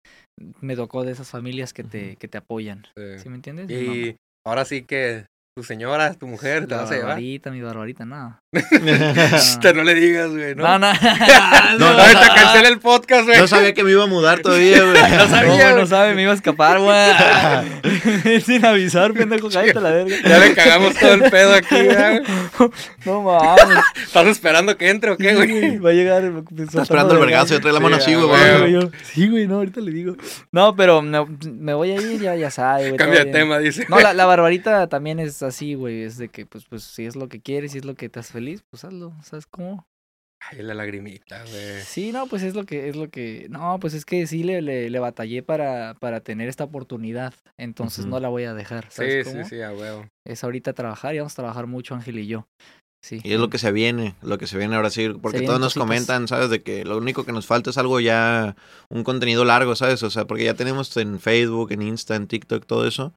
[SPEAKER 3] me tocó de esas familias que te, que te apoyan.
[SPEAKER 1] Sí.
[SPEAKER 3] ¿Sí me entiendes? Mi mamá.
[SPEAKER 1] eh, Y ahora sí que tu señora, tu mujer, te
[SPEAKER 3] La
[SPEAKER 1] vas a llevar.
[SPEAKER 3] barbarita, mi barbarita, nada.
[SPEAKER 1] Te no le digas, güey, ¿no?
[SPEAKER 3] No, no. no,
[SPEAKER 1] No,
[SPEAKER 2] no.
[SPEAKER 1] ahorita cancela el podcast, güey.
[SPEAKER 2] no sabía que me iba a mudar todavía, güey.
[SPEAKER 1] No sabía.
[SPEAKER 3] No, güey,
[SPEAKER 1] güey.
[SPEAKER 3] no sabe, me iba a escapar, güey. Sin avisar, pendejo, cállate a la verga.
[SPEAKER 1] Ya le cagamos todo el pedo aquí, güey.
[SPEAKER 3] No mames.
[SPEAKER 1] ¿Estás esperando que entre o qué, güey?
[SPEAKER 3] Va a llegar. Está
[SPEAKER 2] Está esperando el vergazo y trae la mano
[SPEAKER 1] Sí,
[SPEAKER 2] así,
[SPEAKER 1] a
[SPEAKER 2] güey.
[SPEAKER 1] huevo.
[SPEAKER 2] güey.
[SPEAKER 3] Sí, güey, no, ahorita le digo. No, pero me, me voy a ir, ya, ya sabe, güey.
[SPEAKER 1] Cambia
[SPEAKER 3] todo
[SPEAKER 1] de
[SPEAKER 3] bien.
[SPEAKER 1] tema, dice.
[SPEAKER 3] No, la, la barbarita también es así, güey. Es de que, pues, pues, si es lo que quieres, si es lo que te hace feliz, pues hazlo. ¿Sabes cómo?
[SPEAKER 1] Ay, la lagrimita, güey.
[SPEAKER 3] Sí, no, pues es lo que, es lo que, no, pues es que sí le, le, le batallé para, para tener esta oportunidad, entonces
[SPEAKER 2] Ujú.
[SPEAKER 3] no la voy a dejar,
[SPEAKER 1] Sí,
[SPEAKER 3] ¿sabes
[SPEAKER 1] sí,
[SPEAKER 3] cómo?
[SPEAKER 1] sí, a huevo.
[SPEAKER 3] Es ahorita trabajar y vamos a trabajar mucho Ángel y yo, sí.
[SPEAKER 2] Y es lo que se viene, lo que se viene ahora sí, porque
[SPEAKER 3] vienen
[SPEAKER 2] todos nos
[SPEAKER 3] cositas.
[SPEAKER 2] comentan, ¿sabes? De que lo único que nos falta es algo ya, un contenido largo, ¿sabes? O sea, porque ya tenemos en Facebook, en Insta, en TikTok, todo eso.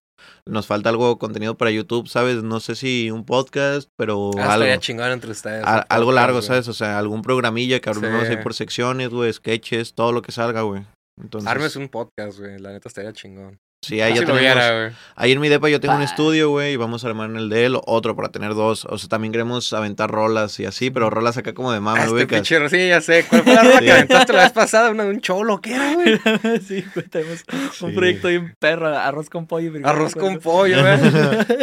[SPEAKER 2] Nos falta algo contenido para YouTube, ¿sabes? No sé si un podcast, pero
[SPEAKER 1] Ah,
[SPEAKER 2] algo.
[SPEAKER 1] estaría chingón entre ustedes.
[SPEAKER 2] a-
[SPEAKER 1] un
[SPEAKER 2] algo
[SPEAKER 1] podcast,
[SPEAKER 2] largo,
[SPEAKER 1] güey.
[SPEAKER 2] ¿sabes? O sea, algún programilla que abrimos
[SPEAKER 1] Sí.
[SPEAKER 2] ahí por secciones, güey, sketches, todo lo que salga, güey. Entonces,
[SPEAKER 1] Armes un podcast, güey. La neta estaría chingón.
[SPEAKER 2] Sí, ahí
[SPEAKER 1] Si
[SPEAKER 2] ya
[SPEAKER 1] lo
[SPEAKER 2] tenemos-
[SPEAKER 1] viera, güey.
[SPEAKER 2] Ahí en mi depa yo tengo un
[SPEAKER 3] Pa.
[SPEAKER 2] estudio, güey, y vamos a armar en el de él otro para tener dos. O sea, también queremos aventar rolas y así, pero rolas acá como de mame,
[SPEAKER 1] este
[SPEAKER 2] güey.
[SPEAKER 1] pinche, sí, ya sé. ¿Cuál fue la rola
[SPEAKER 2] Ah, Sí.
[SPEAKER 1] que aventaste la vez pasada? Una de un cholo, ¿qué era, güey?
[SPEAKER 3] sí, güey, tenemos un
[SPEAKER 2] Sí.
[SPEAKER 3] proyecto de un perro, arroz con pollo. y frijoles
[SPEAKER 1] Arroz con
[SPEAKER 3] güey.
[SPEAKER 1] pollo, güey.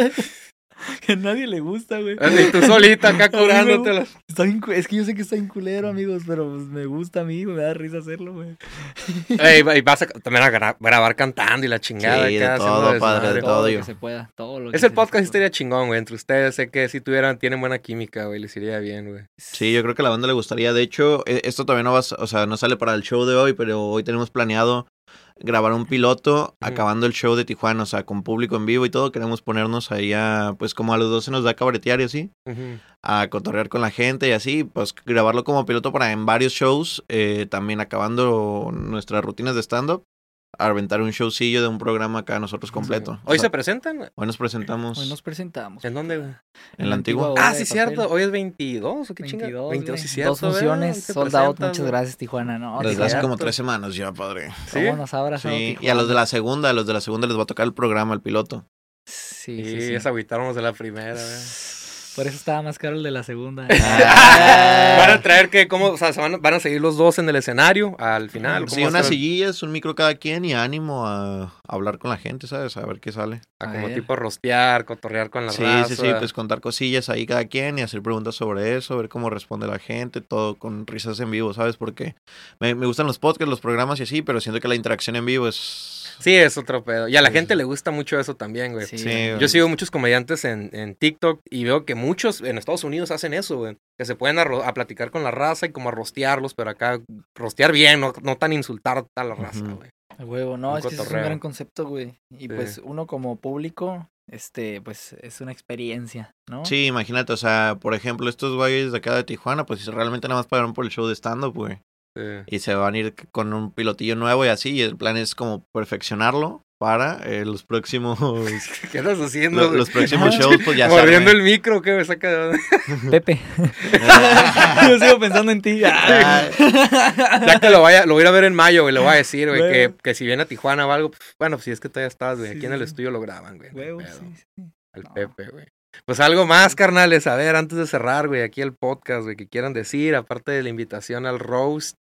[SPEAKER 3] que a nadie le gusta, güey.
[SPEAKER 1] Y tú solita acá
[SPEAKER 3] mí me
[SPEAKER 1] curándotela.
[SPEAKER 3] Está bien cu- es que yo sé que está bien culero, amigos, pero pues, me gusta a mí, güey, me da risa hacerlo, güey.
[SPEAKER 1] Ey, y vas a, también a gra- grabar cantando y la chingada.
[SPEAKER 2] Sí,
[SPEAKER 1] acá,
[SPEAKER 2] de
[SPEAKER 1] haciendo
[SPEAKER 2] todo, padre,
[SPEAKER 1] desmadre.
[SPEAKER 2] de todo,
[SPEAKER 3] lo
[SPEAKER 2] yo.
[SPEAKER 3] que se pueda, todo lo que
[SPEAKER 1] Es el
[SPEAKER 3] se
[SPEAKER 1] podcast
[SPEAKER 3] pueda.
[SPEAKER 1] estaría chingón, güey. Entre ustedes, sé que si tuvieran, tienen buena química, güey. Les iría bien, güey.
[SPEAKER 2] Sí, yo creo que a la banda le gustaría. De hecho, e- esto todavía no va, a s- o sea, no sale para el show de hoy, pero hoy tenemos planeado grabar un piloto
[SPEAKER 1] Ujú.
[SPEAKER 2] acabando el show de Tijuana, o sea, con público en vivo y todo. Queremos ponernos ahí a, pues como a los dos se nos da cabaretear y así,
[SPEAKER 1] Ujú.
[SPEAKER 2] a cotorrear con la gente y así, pues grabarlo como piloto para en varios shows, eh, también acabando nuestras rutinas de stand-up, aventar un showcillo de un programa acá nosotros completo. O
[SPEAKER 1] ¿Hoy
[SPEAKER 2] sea,
[SPEAKER 1] se presentan?
[SPEAKER 2] hoy nos presentamos
[SPEAKER 3] Hoy nos presentamos.
[SPEAKER 1] ¿En dónde, güey?
[SPEAKER 2] en la antigua.
[SPEAKER 3] Obra
[SPEAKER 1] Ah,
[SPEAKER 3] de
[SPEAKER 1] sí,
[SPEAKER 3] papel.
[SPEAKER 1] cierto. Hoy es 22, ¿o qué chinga?
[SPEAKER 3] 22,
[SPEAKER 1] 22,
[SPEAKER 3] güey.
[SPEAKER 1] sí, cierto.
[SPEAKER 3] Dos funciones,
[SPEAKER 1] ¿verdad? Te
[SPEAKER 3] sold out,
[SPEAKER 1] presentas,
[SPEAKER 3] muchas
[SPEAKER 1] güey.
[SPEAKER 3] gracias, Tijuana. No,
[SPEAKER 2] Desde
[SPEAKER 1] Tijuana.
[SPEAKER 2] hace como tres semanas ya, padre.
[SPEAKER 1] ¿Sí?
[SPEAKER 3] nos abrazó.
[SPEAKER 2] Sí, y a los de la segunda, a los de la segunda les va a tocar el programa, el piloto.
[SPEAKER 3] Sí,
[SPEAKER 1] Sí,
[SPEAKER 3] sí, sí.
[SPEAKER 1] se agüitaron los de la primera, güey.
[SPEAKER 3] Por eso estaba más caro el de la segunda.
[SPEAKER 1] Van a traer que, ¿cómo? O sea, se van, van a seguir los dos en el escenario al final.
[SPEAKER 2] Sí,
[SPEAKER 1] ¿Cómo va a
[SPEAKER 2] unas
[SPEAKER 1] estar?
[SPEAKER 2] sillillas, un micro cada quien y ánimo a, a hablar con la gente, ¿sabes? A ver qué sale.
[SPEAKER 1] Ah,
[SPEAKER 3] A
[SPEAKER 1] como
[SPEAKER 3] ver.
[SPEAKER 1] tipo rostear, cotorrear con la
[SPEAKER 2] Sí,
[SPEAKER 1] raza.
[SPEAKER 2] sí, sí, pues contar cosillas ahí cada quien y hacer preguntas sobre eso, ver cómo responde la gente, todo con risas en vivo, ¿sabes? Porque me, me gustan los podcasts, los programas y así, pero siento que la interacción en vivo es...
[SPEAKER 1] Sí, es otro pedo. Y a la
[SPEAKER 2] Sí,
[SPEAKER 1] gente
[SPEAKER 2] sí.
[SPEAKER 1] le gusta mucho eso también, güey.
[SPEAKER 3] Sí,
[SPEAKER 2] pues, Sí, pues.
[SPEAKER 3] güey.
[SPEAKER 1] Yo sigo muchos comediantes en, en TikTok y veo que muchos en Estados Unidos hacen eso, güey. Que se pueden a, ro- a platicar con la raza y como a rostearlos, pero acá rostear bien, no, no tan insultar a la raza,
[SPEAKER 2] Ujú.
[SPEAKER 1] güey.
[SPEAKER 3] A huevo, no,
[SPEAKER 1] Un
[SPEAKER 3] es que ese es un
[SPEAKER 1] cotorreo.
[SPEAKER 3] gran concepto, güey. Y pues uno como público, este, pues es una experiencia, ¿no?
[SPEAKER 2] Sí, imagínate, o sea, por ejemplo, estos güeyes de acá de Tijuana, pues realmente nada más pagaron por el show de stand-up, güey.
[SPEAKER 1] Sí.
[SPEAKER 2] y se van a ir con un pilotillo nuevo y así. Y el plan es como perfeccionarlo para eh, los próximos
[SPEAKER 1] ¿Qué estás haciendo?
[SPEAKER 2] lo-
[SPEAKER 1] güey?
[SPEAKER 2] los próximos shows, pues ya saben. eh,
[SPEAKER 1] Mordiendo el micro que me saca de onda.
[SPEAKER 3] Pepe. Yo sigo pensando en ti. Ah.
[SPEAKER 1] Ya que lo vaya, lo voy a ir a ver en mayo, güey, le voy a decir, güey, que,
[SPEAKER 3] Huevo.
[SPEAKER 1] que si viene a Tijuana o algo, pues, bueno, si es que todavía estás, güey,
[SPEAKER 3] Sí,
[SPEAKER 1] aquí en el
[SPEAKER 3] sí.
[SPEAKER 1] estudio lo graban, güey. no hay
[SPEAKER 3] Huevo,
[SPEAKER 1] pedo.
[SPEAKER 3] sí, sí.
[SPEAKER 1] Al
[SPEAKER 3] No.
[SPEAKER 1] Pepe, güey. Pues algo más, carnales, a ver, antes de cerrar, güey, aquí el podcast, güey, que quieran decir, aparte de la invitación al roast,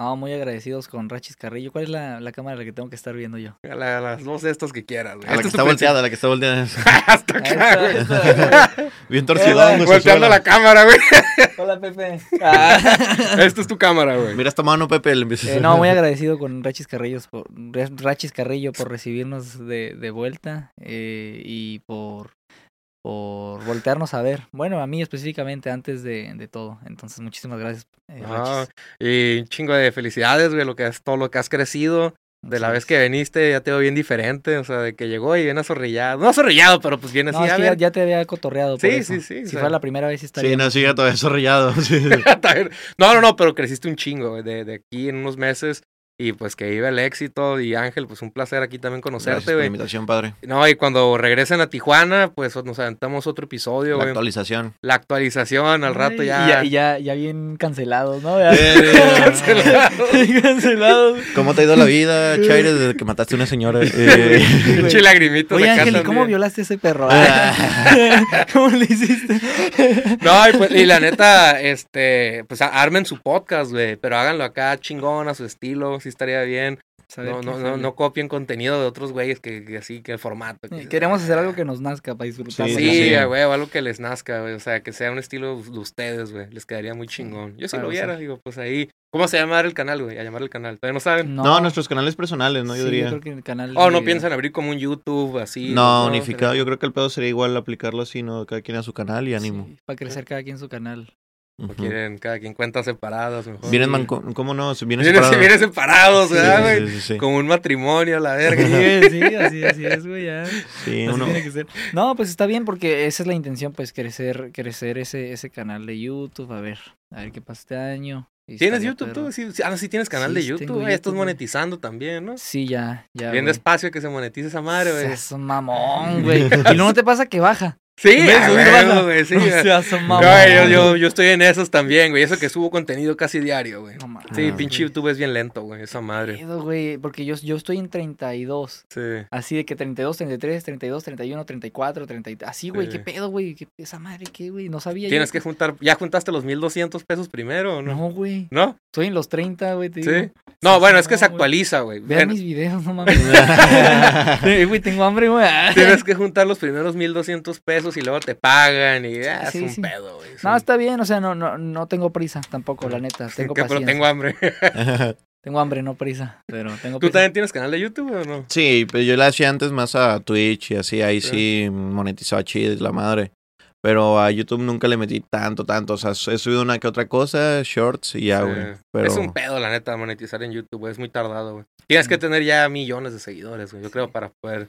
[SPEAKER 3] No, muy agradecidos con Rachis Carrillo. ¿Cuál es la, la cámara la que tengo que estar viendo yo?
[SPEAKER 1] a, la- a las dos de estos que quieras, güey.
[SPEAKER 2] A la
[SPEAKER 1] Este
[SPEAKER 2] que
[SPEAKER 1] es
[SPEAKER 2] está
[SPEAKER 1] tu principal-
[SPEAKER 2] volteada, a la que está volteada.
[SPEAKER 1] Hasta
[SPEAKER 3] Ahí
[SPEAKER 1] acá,
[SPEAKER 3] está,
[SPEAKER 1] güey.
[SPEAKER 3] ahí está,
[SPEAKER 2] Bien torcidón, güey.
[SPEAKER 1] Eh, Volteando la
[SPEAKER 2] Suela.
[SPEAKER 1] cámara, güey.
[SPEAKER 3] Hola, Pepe.
[SPEAKER 1] Esta es tu cámara, güey.
[SPEAKER 2] Mira esta mano, Pepe. le empieza-
[SPEAKER 3] Eh, no, muy agradecido con Rachis Carrillo por, Rachis Carrillo por recibirnos de, de vuelta eh, y por, por voltearnos a ver. Bueno, a mí específicamente antes de, de todo. Entonces, muchísimas gracias. eh,
[SPEAKER 1] No,
[SPEAKER 3] Rachis.
[SPEAKER 1] Ah, y un chingo de felicidades, güey, lo que has, todo lo que has crecido. De la vez que viniste, ya te veo bien diferente. O sea, de que llegó y viene azorrillado. No azorrillado, pero pues viene así.
[SPEAKER 3] No, es
[SPEAKER 1] a
[SPEAKER 3] que ya,
[SPEAKER 1] ver.
[SPEAKER 3] ya te había cotorreado. por
[SPEAKER 1] Sí,
[SPEAKER 3] eso.
[SPEAKER 1] sí, sí, o
[SPEAKER 3] Si
[SPEAKER 1] sea.
[SPEAKER 3] fuera la primera vez, sí estaría.
[SPEAKER 2] Sí, no, sí, ya todavía zorrillado. sí.
[SPEAKER 1] Está bien. no, no, no, pero creciste un chingo güey, de, de aquí en unos meses. Y pues que viva el éxito. Y Ángel, pues un placer aquí también
[SPEAKER 2] Gracias
[SPEAKER 1] conocerte,
[SPEAKER 2] por la
[SPEAKER 1] güey.
[SPEAKER 2] invitación, padre.
[SPEAKER 1] No, y cuando regresen a Tijuana, pues nos aventamos otro episodio,
[SPEAKER 2] La
[SPEAKER 1] güey.
[SPEAKER 2] actualización.
[SPEAKER 1] La actualización al rato
[SPEAKER 3] Ay,
[SPEAKER 1] ya.
[SPEAKER 3] Y ya, y ya, ya bien cancelados, ¿no? Ya-
[SPEAKER 2] Eh,
[SPEAKER 1] Cancelado.
[SPEAKER 3] cancelados.
[SPEAKER 2] ¿Cómo te ha ido la vida, Chaires, desde que mataste a una señora? Eh,
[SPEAKER 3] Sí, güey.
[SPEAKER 1] Pinche lagrimitas
[SPEAKER 3] Oye,
[SPEAKER 1] acá
[SPEAKER 3] Ángel, ¿y cómo
[SPEAKER 1] también.
[SPEAKER 3] violaste a ese perro? Ah. ¿Cómo le hiciste?
[SPEAKER 1] No, y, pues, y la neta, este, pues a- armen su podcast, güey, pero háganlo acá chingón a su estilo, sí estaría bien.
[SPEAKER 3] Saber
[SPEAKER 1] No,
[SPEAKER 3] qué
[SPEAKER 1] no, no,
[SPEAKER 3] hacerle.
[SPEAKER 1] no copien contenido de otros güeyes que, que así, que el formato. que-
[SPEAKER 3] Eh, Queremos hacer algo que nos nazca para disfrutar.
[SPEAKER 2] Sí,
[SPEAKER 3] de la
[SPEAKER 1] Sí,
[SPEAKER 2] sí.
[SPEAKER 3] vida.
[SPEAKER 1] a güey, o algo que les nazca, güey, o sea, que sea un estilo de ustedes, güey, les quedaría muy chingón. Yo si
[SPEAKER 3] Claro,
[SPEAKER 1] lo
[SPEAKER 3] sí.
[SPEAKER 1] viera, digo, pues ahí, ¿cómo se llama el canal, güey? A llamar el canal, todavía no
[SPEAKER 3] Mm,
[SPEAKER 1] saben.
[SPEAKER 2] No, nuestros canales personales, ¿no? Yo
[SPEAKER 3] sí,
[SPEAKER 2] diría.
[SPEAKER 3] creo que el canal
[SPEAKER 1] Oh, no
[SPEAKER 3] de-
[SPEAKER 1] piensan abrir como un YouTube, así.
[SPEAKER 2] No, unificado.
[SPEAKER 1] Pero-
[SPEAKER 2] Yo creo que el pedo sería igual aplicarlo así, ¿no? Cada quien a su canal y ánimo.
[SPEAKER 3] sí, para crecer cada quien su canal.
[SPEAKER 1] O
[SPEAKER 2] Ujú.
[SPEAKER 1] quieren cada quien cuentas separadas, mejor.
[SPEAKER 2] Vienen
[SPEAKER 1] Sí.
[SPEAKER 2] manco... ¿Cómo no? Se Vienen
[SPEAKER 1] Vienen,
[SPEAKER 2] separados.
[SPEAKER 1] vienen separados,
[SPEAKER 2] Sí,
[SPEAKER 1] ¿verdad, güey?
[SPEAKER 2] sí, sí, sí, sí.
[SPEAKER 1] Como un matrimonio, la verga.
[SPEAKER 3] Sí, sí, así, así es, güey, ya.
[SPEAKER 2] Sí,
[SPEAKER 3] Así
[SPEAKER 2] uno-
[SPEAKER 3] tiene que ser. No, pues está bien porque esa es la intención, pues crecer, crecer ese, ese canal de YouTube, a ver, a ver qué pasa este año. y
[SPEAKER 1] ¿Tienes
[SPEAKER 3] estaría
[SPEAKER 1] YouTube
[SPEAKER 3] perro.
[SPEAKER 1] tú? Sí, sí. Ah, no, sí tienes canal
[SPEAKER 3] Sí,
[SPEAKER 1] de
[SPEAKER 3] sí
[SPEAKER 1] YouTube,
[SPEAKER 3] tengo
[SPEAKER 1] güey. Estás
[SPEAKER 3] YouTube, güey.
[SPEAKER 1] monetizando también, ¿no?
[SPEAKER 3] Sí, ya, ya.
[SPEAKER 1] Bien
[SPEAKER 3] güey.
[SPEAKER 1] despacio que se monetice esa madre, güey.
[SPEAKER 3] Seas un mamón, güey. Y luego no te pasa que baja.
[SPEAKER 1] Sí,
[SPEAKER 3] En vez de
[SPEAKER 1] a
[SPEAKER 3] subir
[SPEAKER 1] huevo,
[SPEAKER 3] banda.
[SPEAKER 1] güey, sí,
[SPEAKER 3] No
[SPEAKER 1] güey.
[SPEAKER 3] seas mamón.
[SPEAKER 1] Güey, yo, yo, yo estoy en esos también, güey. Eso que subo contenido casi diario, güey.
[SPEAKER 3] No mames,
[SPEAKER 1] Sí,
[SPEAKER 2] Ah,
[SPEAKER 1] pinche
[SPEAKER 3] güey.
[SPEAKER 1] YouTube es bien lento, güey. Esa madre.
[SPEAKER 3] Pedo, güey, porque yo, yo estoy en 32.
[SPEAKER 1] Sí.
[SPEAKER 3] Así de que 32, 33, 32, 31, 34, 33. Así, güey,
[SPEAKER 1] Sí.
[SPEAKER 3] qué pedo, güey. qué- Esa madre, qué, güey. No sabía. yo
[SPEAKER 1] Tienes que juntar. ¿Ya juntaste los 1200 pesos primero o no?
[SPEAKER 3] No, güey.
[SPEAKER 1] ¿No?
[SPEAKER 3] Estoy en los 30, güey. te
[SPEAKER 1] Sí.
[SPEAKER 3] digo.
[SPEAKER 1] No,
[SPEAKER 3] sí,
[SPEAKER 1] bueno, es que se
[SPEAKER 3] no, güey.
[SPEAKER 1] actualiza, güey.
[SPEAKER 3] Vean
[SPEAKER 1] Bueno,
[SPEAKER 3] mis videos, no mames. Eh, Güey, tengo hambre, güey.
[SPEAKER 1] Tienes que juntar los primeros 1200 pesos y luego te pagan y ah,
[SPEAKER 3] Sí,
[SPEAKER 1] es un
[SPEAKER 3] sí.
[SPEAKER 1] pedo, güey. es
[SPEAKER 3] No,
[SPEAKER 1] un-
[SPEAKER 3] está bien, o sea, no, no, no tengo prisa tampoco, la neta. Tengo
[SPEAKER 1] que- pero
[SPEAKER 3] paciencia.
[SPEAKER 1] tengo hambre.
[SPEAKER 3] Tengo hambre, no prisa. Pero tengo
[SPEAKER 1] ¿Tú
[SPEAKER 3] prisa.
[SPEAKER 1] también tienes canal de YouTube o no?
[SPEAKER 2] Sí, pero yo la hacía antes más a Twitch y así, ahí
[SPEAKER 1] Sí.
[SPEAKER 2] sí monetizaba chido, y la madre. Pero a YouTube nunca le metí tanto, tanto. O sea, he subido una que otra cosa, shorts y ya,
[SPEAKER 1] Sí.
[SPEAKER 2] güey. Pero...
[SPEAKER 1] Es un pedo, la neta, monetizar en YouTube, güey. Es muy tardado, güey. Tienes que
[SPEAKER 3] Mm.
[SPEAKER 1] tener ya millones de seguidores, güey. Yo creo
[SPEAKER 3] Sí.
[SPEAKER 1] para poder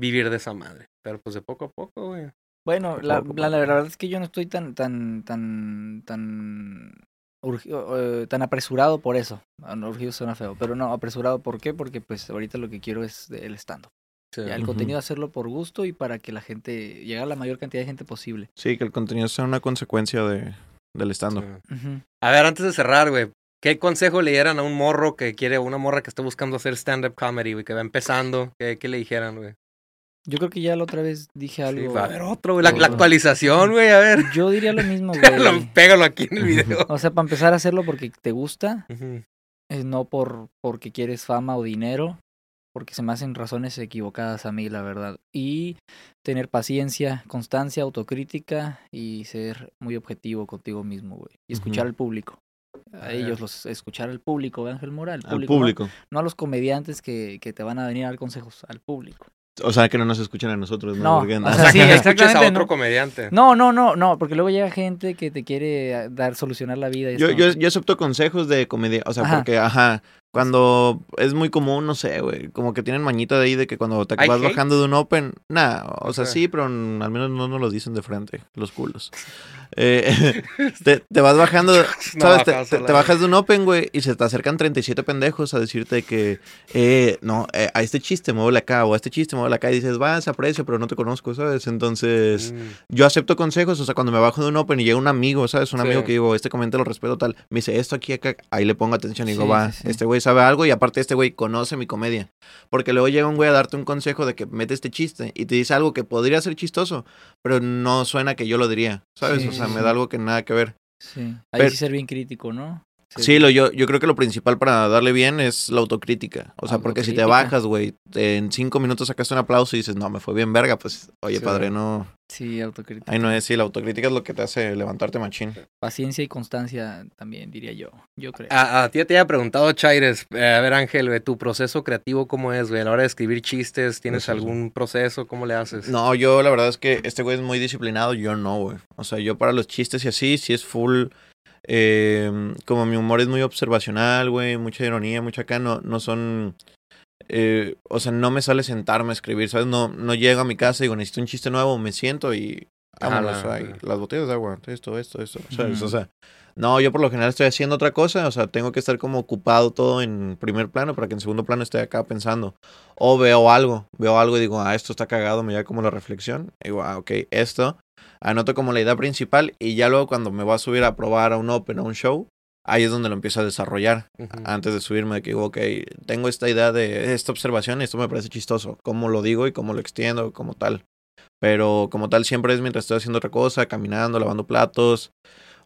[SPEAKER 1] vivir de esa madre. Pero pues de poco a poco, güey.
[SPEAKER 3] Bueno, la,
[SPEAKER 2] Tampoco,
[SPEAKER 3] la, la
[SPEAKER 2] tampoco.
[SPEAKER 3] verdad es que yo no estoy tan, tan, tan, tan, urgi- o, eh, tan apresurado por eso. Ah, No, urgido suena feo, pero no, apresurado, ¿por qué? Porque pues ahorita lo que quiero es el stand-up.
[SPEAKER 1] Sí.
[SPEAKER 3] Ya, El
[SPEAKER 2] Ujú.
[SPEAKER 3] contenido hacerlo por gusto y para que la gente, llegue a la mayor cantidad de gente posible.
[SPEAKER 2] Sí, que el contenido sea una consecuencia de, del stand-up.
[SPEAKER 1] Sí.
[SPEAKER 3] Ujú.
[SPEAKER 1] A ver, antes de cerrar, güey, ¿qué consejo le dieran a un morro que quiere, una morra que está buscando hacer stand-up comedy, güey, que va empezando? ¿Qué, qué le dijeran, güey?
[SPEAKER 3] Yo creo que ya la otra vez
[SPEAKER 1] Sí,
[SPEAKER 3] dije algo.
[SPEAKER 1] va a haber otro, güey. La, la
[SPEAKER 2] Otro.
[SPEAKER 1] actualización, güey, a ver.
[SPEAKER 3] Yo diría lo mismo, Ah, güey.
[SPEAKER 1] Lo- pégalo aquí en el video.
[SPEAKER 3] O sea, para empezar a hacerlo porque te gusta,
[SPEAKER 1] Ujú.
[SPEAKER 3] eh, no por porque quieres fama o dinero, porque se me hacen razones equivocadas a mí, la verdad. Y tener paciencia, constancia, autocrítica y ser muy objetivo contigo mismo, güey. Y escuchar
[SPEAKER 2] Ujú.
[SPEAKER 3] al público. A
[SPEAKER 1] Ah.
[SPEAKER 3] ellos, los, escuchar al público, ¿verdad, Ángel Moral.
[SPEAKER 2] Al
[SPEAKER 3] ¿no?
[SPEAKER 2] público.
[SPEAKER 3] No, a los comediantes que, que te van a venir a dar consejos, al público.
[SPEAKER 2] O sea, que no nos escuchan a nosotros, ¿no?
[SPEAKER 3] No,
[SPEAKER 2] Porque-
[SPEAKER 3] o
[SPEAKER 1] O
[SPEAKER 3] sea,
[SPEAKER 1] sea,
[SPEAKER 3] sí,
[SPEAKER 1] que no escuches a
[SPEAKER 3] exactamente,
[SPEAKER 1] otro
[SPEAKER 3] ¿no?
[SPEAKER 2] Pues
[SPEAKER 1] comediante.
[SPEAKER 3] No, no, no, no, porque luego llega gente que te quiere eh, dar, solucionar la vida. Y es
[SPEAKER 2] Yo,
[SPEAKER 3] como
[SPEAKER 2] yo,
[SPEAKER 3] que-
[SPEAKER 2] yo acepto consejos de comedia, o sea,
[SPEAKER 3] Ajá.
[SPEAKER 2] porque, ajá, cuando es muy común, no sé, güey, como que tienen mañita de ahí de que cuando te
[SPEAKER 1] Hay
[SPEAKER 2] vas
[SPEAKER 1] hate.
[SPEAKER 2] bajando de un open, nada, o sea,
[SPEAKER 1] Ajá.
[SPEAKER 2] sí, pero n- al menos no nos lo dicen de frente, los culos. Eh, te, te vas bajando,
[SPEAKER 1] No,
[SPEAKER 2] ¿sabes? Te,
[SPEAKER 1] bajas a
[SPEAKER 2] te-
[SPEAKER 1] la-
[SPEAKER 2] te bajas de un open, güey, y se te acercan 37 pendejos a decirte que, eh, no, eh, a este chiste muévele acá, o a este chiste muévele acá, y dices, vas, aprecio, pero no te conozco, ¿sabes? Entonces
[SPEAKER 1] Mm.
[SPEAKER 2] yo acepto consejos, o sea, cuando me bajo de un open y llega un amigo, ¿sabes? Un
[SPEAKER 1] Sí.
[SPEAKER 2] amigo que digo, este comenta lo respeto tal, me dice esto aquí, acá, ahí le pongo atención y digo,
[SPEAKER 3] Sí,
[SPEAKER 2] va,
[SPEAKER 3] sí, sí.
[SPEAKER 2] este güey sabe algo y aparte este güey conoce mi comedia. Porque luego llega un güey a darte un consejo de que mete este chiste y te dice algo que podría ser chistoso, pero no suena que yo lo diría, ¿sabes?
[SPEAKER 3] Sí,
[SPEAKER 2] o sea,
[SPEAKER 3] sí,
[SPEAKER 2] me
[SPEAKER 3] sí.
[SPEAKER 2] da algo que nada que ver.
[SPEAKER 3] Sí, ahí
[SPEAKER 2] pero-
[SPEAKER 3] sí ser bien crítico, ¿no? Ser
[SPEAKER 2] Sí, lo, yo, yo creo que lo principal para darle bien es la autocrítica. O sea, porque si te
[SPEAKER 3] Ah, Autocrítica.
[SPEAKER 2] bajas, güey, en cinco minutos sacaste un aplauso y dices, no, me fue bien verga, pues, oye,
[SPEAKER 1] Sí.
[SPEAKER 2] padre, no.
[SPEAKER 3] Sí, autocrítica.
[SPEAKER 2] Ay, no es, sí, la autocrítica es lo que te hace levantarte machín.
[SPEAKER 3] Paciencia y constancia también, diría yo. Yo creo.
[SPEAKER 1] A, a ti te había preguntado, Chaires, eh, a ver, Ángel, güey, tu proceso creativo, ¿cómo es, güey? A la hora de escribir chistes, ¿tienes
[SPEAKER 2] Proceso.
[SPEAKER 1] algún proceso? ¿Cómo le haces?
[SPEAKER 2] No, yo la verdad es que este güey es muy disciplinado, yo no, güey. O sea, yo para los chistes y así, sí es full. eh, como mi humor es muy observacional, güey, mucha ironía, mucha acá, no, no son. eh, o sea, no me sale sentarme a escribir, ¿sabes? No, no llego a mi casa y digo, necesito un chiste nuevo, me siento y.
[SPEAKER 1] Ah,
[SPEAKER 2] Vámonos,
[SPEAKER 1] la-
[SPEAKER 2] ay, las botellas de agua, esto, esto, esto. ¿sabes?
[SPEAKER 3] Ujú.
[SPEAKER 2] O sea, no, yo por lo general estoy haciendo otra cosa, o sea, tengo que estar como ocupado todo en primer plano para que en segundo plano esté acá pensando. O veo algo, veo algo y digo, ah, esto está cagado, me da como la reflexión. Y digo, ah, ok, esto. Anoto como la idea principal y ya luego cuando me voy a subir a probar a un open, a un show, ahí es donde lo empiezo a desarrollar.
[SPEAKER 1] Ujú.
[SPEAKER 2] Antes de subirme, que digo, ok, tengo esta idea de esta observación y esto me parece chistoso. ¿Cómo lo digo y cómo lo extiendo, como tal? Pero como tal siempre es mientras estoy haciendo otra cosa, caminando, lavando platos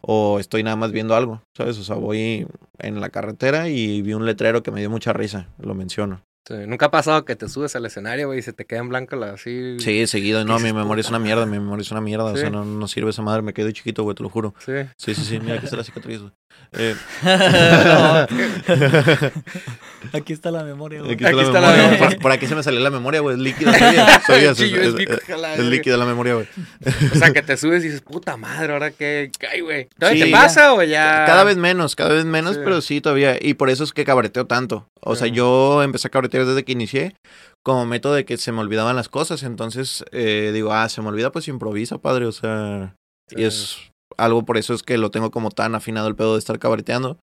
[SPEAKER 2] o estoy nada más viendo algo, ¿sabes? O sea, voy en la carretera y vi un letrero que me dio mucha risa, lo menciono.
[SPEAKER 1] Sí, Nunca ha pasado que te subes al escenario, güey, y se te queda en blanco la así.
[SPEAKER 2] Sí, seguido. No, mi
[SPEAKER 1] dices,
[SPEAKER 2] memoria es
[SPEAKER 1] "Puta
[SPEAKER 2] una mierda, mi memoria es una mierda. O
[SPEAKER 1] Sí.
[SPEAKER 2] sea, no, no sirve esa madre, me quedé chiquito, güey, te lo juro.
[SPEAKER 1] Sí.
[SPEAKER 2] Sí, sí, sí, mira, aquí está la cicatriz, güey. Eh,
[SPEAKER 3] Aquí está la memoria, güey.
[SPEAKER 2] aquí está,
[SPEAKER 1] Aquí
[SPEAKER 2] la,
[SPEAKER 1] está la
[SPEAKER 2] memoria.
[SPEAKER 1] memoria.
[SPEAKER 2] Por, por aquí se me salió la memoria, güey, es líquida. Soy yo, soy yo,
[SPEAKER 1] Chillo,
[SPEAKER 2] es, es-
[SPEAKER 1] es
[SPEAKER 2] es-
[SPEAKER 1] líquida, la
[SPEAKER 2] es
[SPEAKER 1] verga.
[SPEAKER 2] líquida la memoria, güey.
[SPEAKER 1] O sea, que te subes y dices, puta madre, ahora que cae, güey. ¿Todavía
[SPEAKER 2] Sí,
[SPEAKER 1] te pasa o ya?
[SPEAKER 2] Cada vez menos, cada vez menos,
[SPEAKER 1] Sí.
[SPEAKER 2] pero sí todavía. Y por eso es que cabreteo tanto. O sea,
[SPEAKER 1] Ajá.
[SPEAKER 2] yo empecé a cabretear desde que inicié como método de que se me olvidaban las cosas. Entonces eh, digo, ah, se me olvida, pues improvisa, padre. O sea, y es algo por eso es que lo tengo como tan afinado el pedo de estar cabreteando.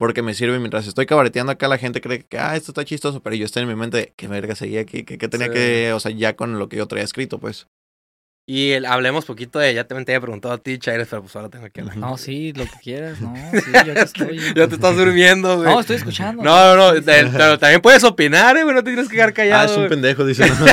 [SPEAKER 2] Porque me sirve mientras estoy cabreteando acá, la gente cree que, ah, esto está chistoso, pero yo estoy en mi mente, que verga seguía aquí, que, que tenía
[SPEAKER 1] Sí.
[SPEAKER 2] que, o sea, ya con lo que yo traía escrito, pues.
[SPEAKER 1] Y el- hablemos poquito de, ya también te había preguntado a ti, Chaires, pero pues ahora tengo que hablar.
[SPEAKER 3] No, sí, lo que quieras, no, sí, yo aquí estoy.
[SPEAKER 1] Ya te estás durmiendo, güey.
[SPEAKER 3] No, estoy escuchando.
[SPEAKER 1] No, no, no, de- pero también puedes opinar, eh, güey, no te tienes que quedar
[SPEAKER 2] Ah,
[SPEAKER 1] callado.
[SPEAKER 2] es un
[SPEAKER 1] güey.
[SPEAKER 2] pendejo, dice. no.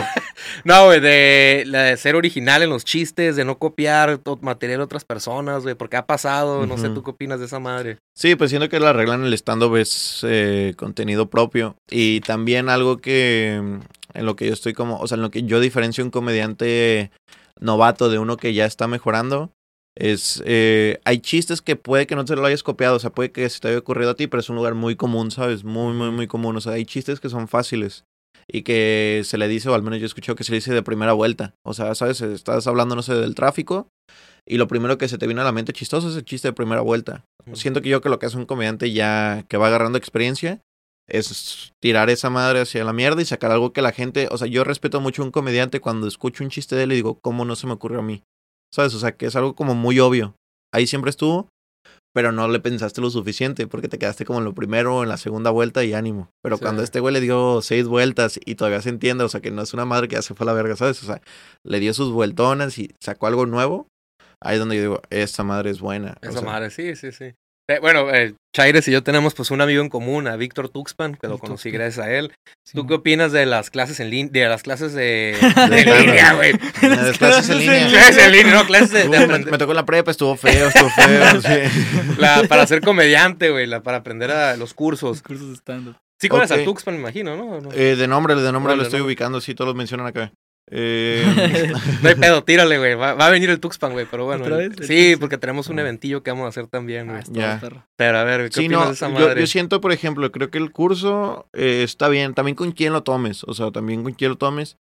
[SPEAKER 1] No, güey, de, la de ser original en los chistes, de no copiar to- material de otras personas, güey, porque ha pasado, no sé,
[SPEAKER 2] Ujú.
[SPEAKER 1] ¿tú qué opinas de esa madre?
[SPEAKER 2] Sí, pues siento que la regla en el stand-up es eh, contenido propio. Y también algo que mm, en lo que yo estoy como, o sea, en lo que yo diferencio un comediante novato de uno que ya está mejorando, es, eh, hay chistes que puede que no te lo hayas copiado, o sea, puede que se te haya ocurrido a ti, pero es un lugar muy común, ¿sabes? Muy, muy, muy común. O sea, hay chistes que son fáciles y que se le dice, o al menos yo he escuchado que se le dice de primera vuelta. O sea, ¿sabes? Estás hablando, no sé, del tráfico. Y lo primero que se te viene a la mente chistoso es el chiste de primera vuelta. Siento que yo que lo que hace un comediante ya que va agarrando experiencia es tirar esa madre hacia la mierda y sacar algo que la gente, o sea, yo respeto mucho a un comediante cuando escucho un chiste de él y digo, ¿cómo no se me ocurrió a mí? ¿Sabes? O sea, que es algo como muy obvio. Ahí siempre estuvo, pero no le pensaste lo suficiente porque te quedaste como en lo primero, en la segunda vuelta y ánimo. Pero
[SPEAKER 1] Sí.
[SPEAKER 2] cuando este güey le dio seis vueltas y todavía se entiende, o sea, que no es una madre que ya se fue a la verga, ¿sabes? O sea, le dio sus vueltonas y sacó algo nuevo. Ahí es donde yo digo, esta madre es buena. O
[SPEAKER 1] Esa
[SPEAKER 2] sea,
[SPEAKER 1] madre, sí, sí, sí. Eh, bueno, eh, Chaires y yo tenemos pues un amigo en común, a Víctor Tuxpan, que lo
[SPEAKER 3] El
[SPEAKER 1] conocí
[SPEAKER 3] Tuxpan.
[SPEAKER 1] gracias a él.
[SPEAKER 3] Sí,
[SPEAKER 1] ¿Tú
[SPEAKER 3] no.
[SPEAKER 1] qué opinas de las clases en línea, de las clases de,
[SPEAKER 2] De
[SPEAKER 1] de línea,
[SPEAKER 2] línea.
[SPEAKER 1] güey?
[SPEAKER 2] Las clases en línea.
[SPEAKER 1] Clases en línea, no, clases de, de
[SPEAKER 2] Estuvo- me,
[SPEAKER 1] aprender-
[SPEAKER 2] me tocó en la prepa, estuvo feo, estuvo feo. sí.
[SPEAKER 1] la- para ser comediante, güey, la- para aprender a los cursos.
[SPEAKER 3] Los cursos de stand-up.
[SPEAKER 1] Sí conoces
[SPEAKER 2] Ok.
[SPEAKER 1] a Tuxpan, me imagino, ¿no? No,
[SPEAKER 2] Eh, de nombre, de nombre
[SPEAKER 1] Órale,
[SPEAKER 2] lo estoy
[SPEAKER 1] ¿no?
[SPEAKER 2] ubicando, sí, todos los mencionan acá. Eh,
[SPEAKER 3] Ah,
[SPEAKER 1] No hay pedo, tírale, güey. Va, va a venir el Tuxpan, güey, pero bueno.
[SPEAKER 3] ¿Otra
[SPEAKER 1] el-
[SPEAKER 3] vez el
[SPEAKER 1] sí,
[SPEAKER 3] Tuxpan?
[SPEAKER 1] porque tenemos un eventillo que vamos a hacer también,
[SPEAKER 3] Ah,
[SPEAKER 1] güey.
[SPEAKER 3] está
[SPEAKER 2] Ya.
[SPEAKER 3] perro.
[SPEAKER 1] Pero a ver, ¿qué
[SPEAKER 2] Ah. sí,
[SPEAKER 1] opinas
[SPEAKER 2] no,
[SPEAKER 1] de esa
[SPEAKER 2] yo,
[SPEAKER 1] madre?
[SPEAKER 2] yo siento, por ejemplo, creo que el curso eh, está bien, también con quién lo tomes, o sea, también con quién lo tomes.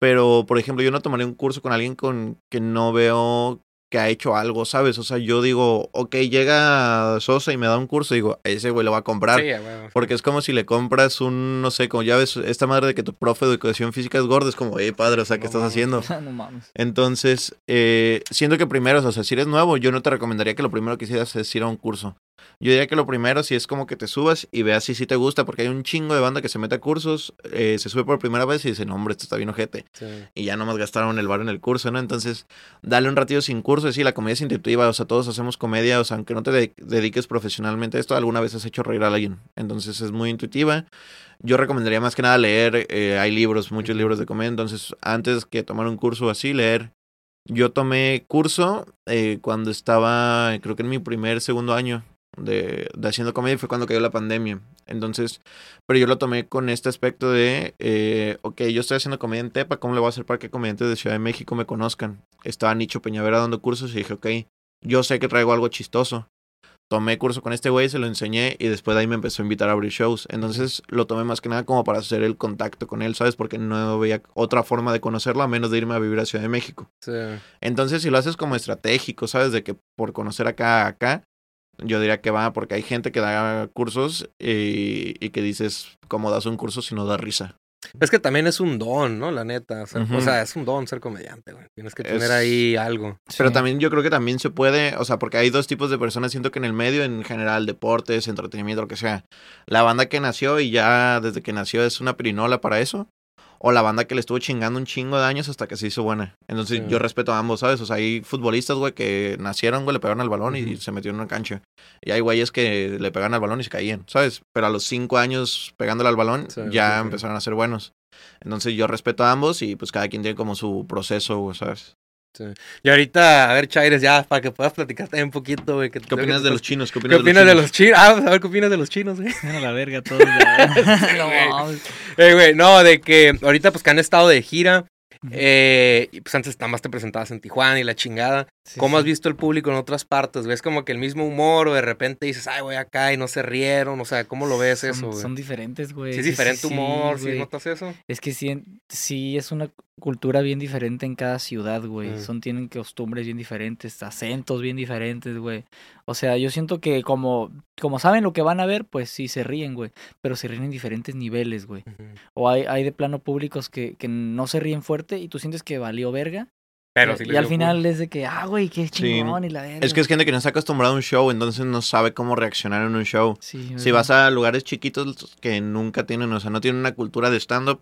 [SPEAKER 2] Pero, por ejemplo, yo no tomaría un curso con alguien con que no veo que ha hecho algo, ¿sabes? O sea, yo digo, ok, llega Sosa y me da un curso, digo, ese güey lo va a comprar.
[SPEAKER 1] Sí, a huevo.
[SPEAKER 2] Porque es como si le compras un, no sé, como ya ves, esta madre de que tu profe de educación física es gordo, es como, hey padre, o sea, ¿qué
[SPEAKER 1] No
[SPEAKER 2] estás
[SPEAKER 1] mames.
[SPEAKER 2] haciendo?
[SPEAKER 3] No mames.
[SPEAKER 2] Entonces, eh, siento que primero, o sea, si eres nuevo, yo no te recomendaría que lo primero que hicieras es ir a un curso. Yo diría que lo primero, si es como que te subas y veas si sí te gusta, porque hay un chingo de banda que se mete a cursos, eh, se sube por primera vez y dice, no, hombre, esto está bien ojete.
[SPEAKER 1] Sí.
[SPEAKER 2] Y ya nomás gastaron el bar en el curso, ¿no? Entonces, dale un ratito sin curso. Y sí, la comedia es intuitiva, o sea, todos hacemos comedia, o sea, aunque no te de- dediques profesionalmente a esto, alguna vez has hecho reír a alguien. Entonces, es muy intuitiva. Yo recomendaría más que nada leer. eh, hay libros, muchos libros de comedia. Entonces, antes que tomar un curso así, leer. Yo tomé curso eh, cuando estaba, creo que en mi primer, segundo año de, de haciendo comedia. y Fue cuando cayó la pandemia. Entonces, pero yo lo tomé con este aspecto de, eh, ok, yo estoy haciendo comedia en Tepa. ¿Cómo le voy a hacer para que comediantes de Ciudad de México me conozcan? Estaba Nicho Peñavera dando cursos y dije, ok, yo sé que traigo algo chistoso tomé curso con este güey, se lo enseñé y después de ahí me empezó a invitar a abrir shows. Entonces lo tomé más que nada como para hacer el contacto con él, ¿sabes? Porque no veía otra forma de conocerlo a menos de irme a vivir a Ciudad de México.
[SPEAKER 1] Sí.
[SPEAKER 2] Entonces si lo haces como estratégico, ¿sabes? De que por conocer acá, acá, yo diría que va, porque hay gente que da cursos eh, y, y que dices, ¿cómo das un curso si no da risa?
[SPEAKER 1] Es que también es un don, ¿no? La neta. ser-
[SPEAKER 2] Ujú.
[SPEAKER 1] O sea, es un don ser comediante, güey. Tienes que tener
[SPEAKER 2] Es-
[SPEAKER 1] ahí algo.
[SPEAKER 2] Pero
[SPEAKER 3] Sí.
[SPEAKER 2] también yo creo que también se puede, o sea, porque hay dos tipos de personas, siento que en el medio, en general, deportes, entretenimiento, lo que sea. La banda que nació y ya desde que nació es una pirinola para eso. O la banda que le estuvo chingando un chingo de años hasta que se hizo buena. Entonces
[SPEAKER 1] Sí.
[SPEAKER 2] yo respeto a ambos, ¿sabes? O sea, hay futbolistas, güey, que nacieron, güey, le pegaron al balón y
[SPEAKER 1] Ujú.
[SPEAKER 2] se metieron en una cancha. Y hay güeyes que le pegaron al balón y se caían, ¿sabes? Pero a los cinco años pegándole al balón
[SPEAKER 1] Sí,
[SPEAKER 2] ya
[SPEAKER 1] sí, sí.
[SPEAKER 2] empezaron a ser buenos. Entonces yo respeto a ambos y pues cada quien tiene como su proceso, güey, ¿sabes?
[SPEAKER 1] Y ahorita, a ver, Chaires, ya, para que puedas platicar también un poquito, güey. que- pues,
[SPEAKER 2] ¿Qué opinas de los chinos? ¿Qué
[SPEAKER 1] ¿Qué
[SPEAKER 2] opinas,
[SPEAKER 1] opinas de los chinos? Ah, vamos a ver qué opinas de los chinos, güey.
[SPEAKER 3] Mira la verga todo. no
[SPEAKER 1] güey.
[SPEAKER 3] mames.
[SPEAKER 1] Eh, güey, no, de que ahorita pues que han estado de gira, eh, y pues antes nada más te presentabas en Tijuana y la chingada.
[SPEAKER 3] Sí,
[SPEAKER 1] ¿Cómo has
[SPEAKER 3] sí.
[SPEAKER 1] visto el público en otras partes? ¿Ves como que el mismo humor o de repente dices, ay, güey, acá y no se rieron? O sea, ¿cómo lo ves
[SPEAKER 3] Son-
[SPEAKER 1] eso, güey?
[SPEAKER 3] Son diferentes, güey.
[SPEAKER 1] Si es
[SPEAKER 3] Sí, sí,
[SPEAKER 1] diferente
[SPEAKER 3] sí,
[SPEAKER 1] humor, si
[SPEAKER 3] güey.
[SPEAKER 1] notas eso.
[SPEAKER 3] Es que sí, en- sí es una cultura bien diferente en cada ciudad, güey.
[SPEAKER 1] Mm.
[SPEAKER 3] Son, tienen costumbres bien diferentes, acentos bien diferentes, güey. O sea, yo siento que como, como saben lo que van a ver, pues sí se ríen, güey. Pero se ríen en diferentes niveles, güey. O hay, hay de plano públicos que, que no se ríen fuerte y tú sientes que valió verga. Eh,
[SPEAKER 1] Pero
[SPEAKER 3] y,
[SPEAKER 1] sí
[SPEAKER 3] y
[SPEAKER 1] les
[SPEAKER 3] al
[SPEAKER 1] dio
[SPEAKER 3] final
[SPEAKER 1] culo.
[SPEAKER 3] es de que, ah, güey, qué chingón y la verga.
[SPEAKER 2] Es que es gente que no está acostumbrada a un show, entonces no sabe cómo reaccionar en un show.
[SPEAKER 3] Sí,
[SPEAKER 2] Si
[SPEAKER 3] güey.
[SPEAKER 2] vas a lugares chiquitos que nunca tienen, o sea, no tienen una cultura de stand-up,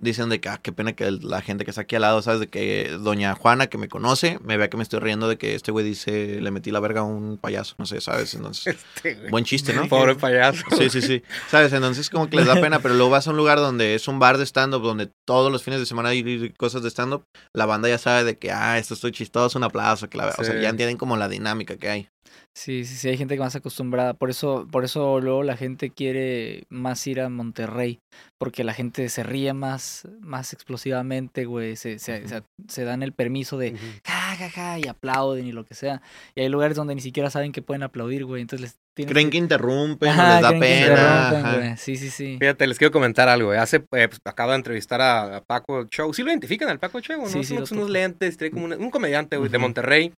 [SPEAKER 2] dicen de que, ah, qué pena que el- la gente que está aquí al lado, ¿sabes? De que doña Juana, que me conoce, me vea que me estoy riendo de que este güey dice, le metí la verga a un payaso, no sé, ¿sabes? Entonces,
[SPEAKER 1] Este, güey.
[SPEAKER 2] buen chiste, ¿no?
[SPEAKER 1] Pobre payaso.
[SPEAKER 2] Sí, sí, sí. ¿Sabes? Entonces como que les da pena, pero luego vas a un lugar donde es un bar de stand-up, donde todos los fines de semana hay cosas de stand-up, la banda ya sabe de que, ah, esto estoy chistoso, un aplauso, que la O sea,
[SPEAKER 1] Sí.
[SPEAKER 2] ya entienden como la dinámica que hay.
[SPEAKER 3] Sí, sí, sí, hay gente que más acostumbrada. Por eso, por eso luego la gente quiere más ir a Monterrey. Porque la gente se ríe más, más explosivamente, güey. Se, se, se- se dan el permiso de
[SPEAKER 1] Ujú.
[SPEAKER 3] ja, ja, ja, y aplauden y lo que sea. Y hay lugares donde ni siquiera saben que pueden aplaudir, güey. Entonces les tienen
[SPEAKER 2] Creen que interrumpen, o
[SPEAKER 3] Ajá,
[SPEAKER 2] les da
[SPEAKER 3] creen que
[SPEAKER 2] pena.
[SPEAKER 3] interrumpen,
[SPEAKER 2] ajá.
[SPEAKER 3] güey. Sí, sí, sí.
[SPEAKER 1] Fíjate, les quiero comentar algo. eh. Hace, eh, pues, acabo de entrevistar a, a Paco Show. ¿Sí lo identifican al Paco Show? ¿no?
[SPEAKER 3] Sí,
[SPEAKER 1] Es
[SPEAKER 3] sí,
[SPEAKER 1] uno
[SPEAKER 3] lo
[SPEAKER 1] que unos
[SPEAKER 3] topo.
[SPEAKER 1] lentes, trae como una- un comediante güey, de
[SPEAKER 2] Ujú.
[SPEAKER 1] Monterrey.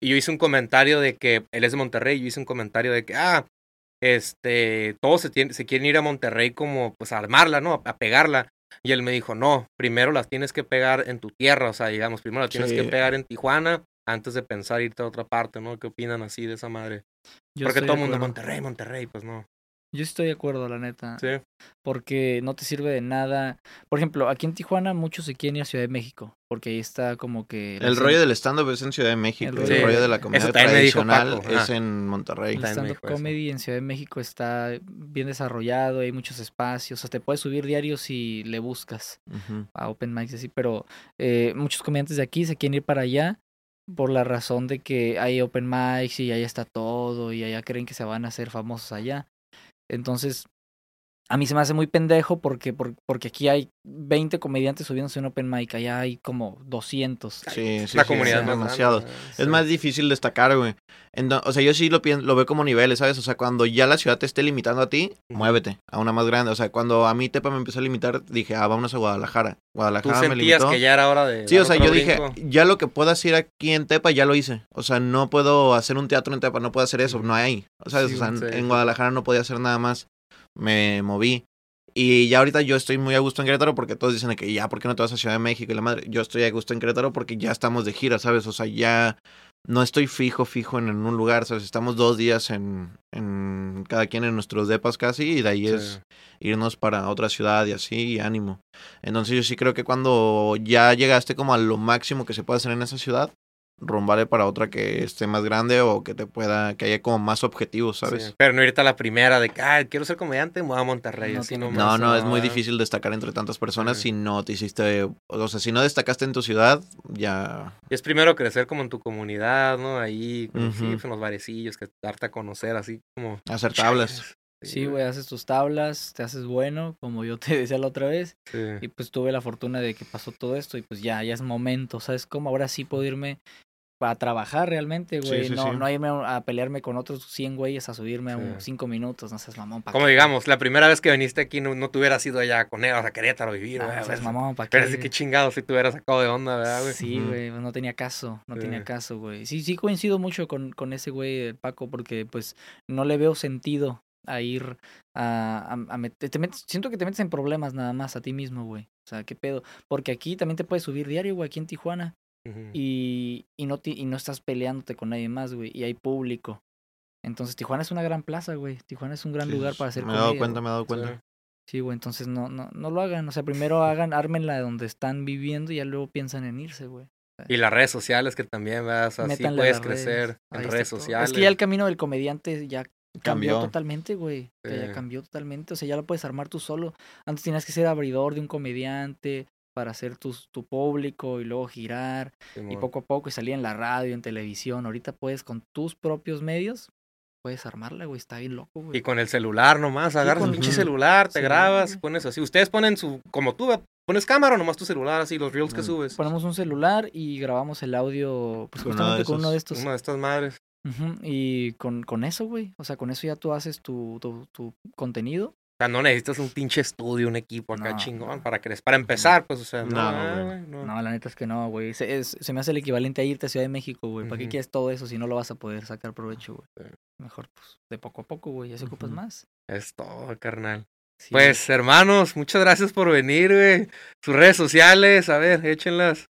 [SPEAKER 1] Y yo hice un comentario de que él es de Monterrey. Yo hice un comentario de que, ah, este, todos se, tienen- se quieren ir a Monterrey como, pues, a armarla, ¿no? A, a pegarla. Y él me dijo, no, primero las tienes que pegar en tu tierra. O sea, digamos, primero las tienes que
[SPEAKER 2] Sí.
[SPEAKER 1] pegar en Tijuana antes de pensar irte a otra parte, ¿no? ¿Qué opinan así de esa madre?
[SPEAKER 3] Yo
[SPEAKER 1] Porque
[SPEAKER 3] estoy
[SPEAKER 1] todo
[SPEAKER 3] de
[SPEAKER 1] el mundo,
[SPEAKER 3] acuerdo. Ah.
[SPEAKER 1] Monterrey, Monterrey, pues no.
[SPEAKER 3] Yo estoy de acuerdo, la neta.
[SPEAKER 1] Sí.
[SPEAKER 3] porque no te sirve de nada. Por ejemplo, aquí en Tijuana muchos se quieren ir a Ciudad de México, porque ahí está como que... la
[SPEAKER 2] El
[SPEAKER 3] escena-
[SPEAKER 2] rollo del stand-up es en Ciudad de México.
[SPEAKER 3] El
[SPEAKER 2] El,
[SPEAKER 1] rollo-
[SPEAKER 2] rollo de la
[SPEAKER 3] Eso
[SPEAKER 2] comedia
[SPEAKER 1] también me dijo
[SPEAKER 2] tradicional
[SPEAKER 1] Paco, ajá.
[SPEAKER 2] es en Monterrey.
[SPEAKER 3] El
[SPEAKER 1] Está en
[SPEAKER 3] stand-up
[SPEAKER 1] México eso.
[SPEAKER 3] comedy en Ciudad de México está bien desarrollado, hay muchos espacios, o sea, te puedes subir diario si le buscas
[SPEAKER 2] Ujú.
[SPEAKER 3] a open mics y así, pero eh, muchos comediantes de aquí se quieren ir para allá por la razón de que hay open mics y allá está todo y allá creen que se van a hacer famosos allá. Entonces, a mí se me hace muy pendejo porque, por- porque aquí hay 20 comediantes subiéndose a un open mic, allá hay como 200.
[SPEAKER 2] Sí, sí,
[SPEAKER 1] la
[SPEAKER 2] sí,
[SPEAKER 1] comunidad más
[SPEAKER 2] sí,
[SPEAKER 1] grande,
[SPEAKER 2] demasiados.
[SPEAKER 1] ¿no?
[SPEAKER 2] Es más difícil destacar, güey. Ento- o sea, yo sí lo, pien- lo veo como niveles, ¿sabes? O sea, cuando ya la ciudad te esté limitando a ti,
[SPEAKER 1] Ujú.
[SPEAKER 2] muévete a una más grande. O sea, cuando a mí Tepa me empezó a limitar, dije, ah, vámonos a Guadalajara.
[SPEAKER 1] Tú
[SPEAKER 2] Guadalajara me
[SPEAKER 1] sentías
[SPEAKER 2] limitó.
[SPEAKER 1] que ya era hora de.
[SPEAKER 2] Sí,
[SPEAKER 1] dar
[SPEAKER 2] o sea,
[SPEAKER 1] otro
[SPEAKER 2] yo dije,
[SPEAKER 1] brinco.
[SPEAKER 2] ya lo que pueda hacer aquí en Tepa, ya lo hice. O sea, no puedo hacer un teatro en Tepa, no puedo hacer eso, no hay. O sea,
[SPEAKER 3] Sí,
[SPEAKER 2] o sea,
[SPEAKER 1] sí.
[SPEAKER 2] en Guadalajara no podía hacer nada más. Me moví. Y ya ahorita yo estoy muy a gusto en Querétaro porque todos dicen de que ya, ¿por qué no te vas a Ciudad de México y la madre? Yo estoy a gusto en Querétaro porque ya estamos de gira, ¿sabes? O sea, ya no estoy fijo, fijo en, en un lugar, ¿sabes? Estamos dos días en, en cada quien en nuestros depas casi y de ahí
[SPEAKER 1] Sí.
[SPEAKER 2] es irnos para otra ciudad y así, y ánimo. Entonces yo sí creo que cuando ya llegaste como a lo máximo que se puede hacer en esa ciudad, rumbarle para otra que esté más grande o que te pueda, que haya como más objetivos, ¿sabes?
[SPEAKER 1] Sí, Pero no irte a la primera de que, ah, quiero ser comediante, me voy a Monterrey.
[SPEAKER 3] No
[SPEAKER 1] así
[SPEAKER 3] tiene-
[SPEAKER 1] nomás,
[SPEAKER 2] No, no, es muy
[SPEAKER 1] ah.
[SPEAKER 2] difícil destacar entre tantas personas
[SPEAKER 1] Ajá.
[SPEAKER 2] si no te hiciste, o sea, si no destacaste en tu ciudad, ya...
[SPEAKER 1] Y es primero crecer como en tu comunidad, ¿no? Ahí, con- sí,
[SPEAKER 2] Ujú.
[SPEAKER 1] pues, en los barecillos, que darte a conocer, así como.
[SPEAKER 2] Hacer tablas.
[SPEAKER 3] Sí, güey, haces tus tablas, te haces bueno, como yo te decía la otra vez.
[SPEAKER 1] Sí.
[SPEAKER 3] Y pues tuve la fortuna de que pasó todo esto y pues ya, ya es momento, ¿sabes cómo? Ahora sí puedo irme para trabajar realmente,
[SPEAKER 2] Sí,
[SPEAKER 3] güey.
[SPEAKER 2] sí,
[SPEAKER 3] no,
[SPEAKER 2] sí.
[SPEAKER 3] no irme a a pelearme con otros 100 güeyes a subirme a un
[SPEAKER 1] Sí.
[SPEAKER 3] 5 minutos, no seas mamón. ¿pa'
[SPEAKER 1] Como
[SPEAKER 3] qué?
[SPEAKER 1] digamos, la primera vez que viniste aquí no, no te hubieras ido allá con él, o sea, Querétaro a vivir,
[SPEAKER 3] Ah,
[SPEAKER 1] güey,
[SPEAKER 3] no seas
[SPEAKER 1] o sea,
[SPEAKER 3] mamón, ¿para
[SPEAKER 1] Pero es de que chingado si te hubieras sacado de onda, ¿verdad, güey?
[SPEAKER 3] Sí,
[SPEAKER 2] Ujú.
[SPEAKER 3] güey, pues, no tenía caso, no tenía
[SPEAKER 1] Sí.
[SPEAKER 3] caso, güey. Sí, sí coincido mucho con, con ese güey, el Paco, porque pues no le veo sentido a ir a, a, a meter- te metes- siento que te metes en problemas nada más a ti mismo, güey. O sea, qué pedo. Porque aquí también te puedes subir diario, güey, aquí en Tijuana.
[SPEAKER 1] Ujú.
[SPEAKER 3] Y, y, no, ti- y no estás peleándote con nadie más, güey. Y hay público. Entonces, Tijuana es una gran plaza, güey. Tijuana es un gran
[SPEAKER 2] Sí,
[SPEAKER 3] lugar
[SPEAKER 2] sí,
[SPEAKER 3] para
[SPEAKER 2] sí.
[SPEAKER 3] hacer
[SPEAKER 2] Me he dado
[SPEAKER 3] comedia,
[SPEAKER 2] cuenta,
[SPEAKER 3] güey.
[SPEAKER 2] me he dado
[SPEAKER 1] Sí.
[SPEAKER 2] cuenta.
[SPEAKER 3] Sí, güey, entonces no, no, no lo hagan. O sea, primero hagan, ármenla de donde están viviendo y ya luego piensan en irse, güey.
[SPEAKER 1] Y las redes sociales que también, ¿verdad? O sea, sí
[SPEAKER 3] Métanle a
[SPEAKER 1] puedes
[SPEAKER 3] las redes.
[SPEAKER 1] crecer
[SPEAKER 3] Ahí
[SPEAKER 1] en
[SPEAKER 3] está
[SPEAKER 1] redes
[SPEAKER 3] todo.
[SPEAKER 1] sociales.
[SPEAKER 3] Es que ya el camino del comediante ya cambió,
[SPEAKER 2] Cambió.
[SPEAKER 3] totalmente, güey. O sea,
[SPEAKER 1] Sí.
[SPEAKER 3] Ya cambió totalmente. O sea, ya lo puedes armar tú solo. Antes tenías que ser abridor de un comediante para hacer tus, tu público y luego girar y
[SPEAKER 1] Simón.
[SPEAKER 3] poco a poco y salir en la radio, en televisión. Ahorita puedes con tus propios medios, puedes armarla, güey. Está bien loco, güey.
[SPEAKER 1] Y con el celular nomás, agarras
[SPEAKER 3] con
[SPEAKER 1] un pinche
[SPEAKER 2] el
[SPEAKER 1] celular, te
[SPEAKER 3] celular,
[SPEAKER 1] grabas,
[SPEAKER 3] güey.
[SPEAKER 1] pones así. Ustedes ponen su, como tú, ¿verdad? pones cámara o nomás tu celular, así, los reels que
[SPEAKER 3] Ah,
[SPEAKER 2] Mm.
[SPEAKER 1] subes.
[SPEAKER 3] Ponemos un celular y grabamos el audio, pues
[SPEAKER 2] Con uno
[SPEAKER 3] justamente
[SPEAKER 2] de
[SPEAKER 3] con uno de estos.
[SPEAKER 1] Una de estas madres.
[SPEAKER 3] Ujú, Y con, con eso, güey. O sea, con eso ya tú haces tu, tu, tu contenido.
[SPEAKER 1] O sea, no necesitas un pinche estudio, un equipo acá
[SPEAKER 3] No,
[SPEAKER 1] chingón
[SPEAKER 3] no.
[SPEAKER 1] para crecer. Para empezar, pues, o sea, no,
[SPEAKER 2] No,
[SPEAKER 1] ah,
[SPEAKER 2] güey.
[SPEAKER 1] güey, no.
[SPEAKER 3] No, la neta es que no, güey. Se, es- se me hace el equivalente a irte a Ciudad de México, güey. ¿Para qué
[SPEAKER 1] Ujú. Ah,
[SPEAKER 3] quieres todo eso si no lo vas a poder sacar provecho, güey?
[SPEAKER 1] Sí.
[SPEAKER 3] Mejor, pues, de poco a poco, güey. Ya se ocupas
[SPEAKER 2] Ujú.
[SPEAKER 3] más.
[SPEAKER 1] Es todo, carnal.
[SPEAKER 3] Sí, güey.
[SPEAKER 1] Pues, hermanos, muchas gracias por venir, güey. Sus redes sociales, a ver, échenlas.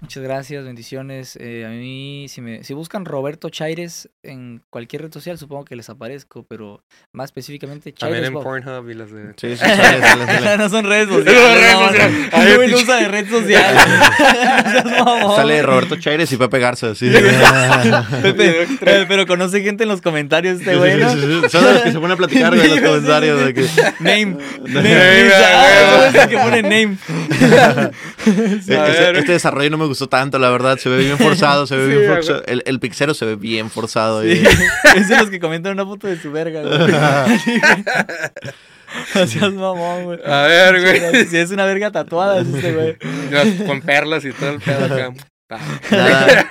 [SPEAKER 3] Muchas gracias, bendiciones. Eh, a mí, si, me, si buscan Roberto Chaires en cualquier red social, supongo que les aparezco, pero más específicamente
[SPEAKER 1] También
[SPEAKER 3] Chaires
[SPEAKER 1] en
[SPEAKER 3] Bob.
[SPEAKER 1] Pornhub y las de.
[SPEAKER 2] Sí, sí, sale, sale, sale.
[SPEAKER 3] no son redes
[SPEAKER 1] No, redes
[SPEAKER 3] sociales. no,
[SPEAKER 1] sociales.
[SPEAKER 3] no.
[SPEAKER 1] Ay,
[SPEAKER 3] Ay, güey, no
[SPEAKER 1] pinche-
[SPEAKER 3] usa de red social. Seas mamón.
[SPEAKER 2] Sale Roberto Chaires y Pepe Garza, sí.
[SPEAKER 3] Pepe, eh, pero, conoce gente en los comentarios este güey, ¿no?
[SPEAKER 2] Sí, sí, sí, sí. Son los que se ponen a platicar güey, en los
[SPEAKER 3] Sí, sí,
[SPEAKER 2] comentarios.
[SPEAKER 3] sí,
[SPEAKER 2] de que-
[SPEAKER 3] Name. Name.
[SPEAKER 1] Name,
[SPEAKER 3] Ah,
[SPEAKER 1] güey.
[SPEAKER 3] son esos que ponen name.
[SPEAKER 2] Eh,
[SPEAKER 1] A
[SPEAKER 2] ese-
[SPEAKER 1] ver.
[SPEAKER 2] este desarrollo no me gustó tanto, la verdad. Se ve bien forzado, se ve
[SPEAKER 1] Sí,
[SPEAKER 2] bien
[SPEAKER 1] güey.
[SPEAKER 2] forzado. El, el pixero se ve bien forzado.
[SPEAKER 3] Sí,
[SPEAKER 2] eh.
[SPEAKER 3] Es de los que comentan una foto de su verga, güey. No seas mamón, güey.
[SPEAKER 1] A ver, güey.
[SPEAKER 3] Si es una verga tatuada, es este güey.
[SPEAKER 1] Las- Con perlas y todo el pedo acá. Ah,
[SPEAKER 2] Nada.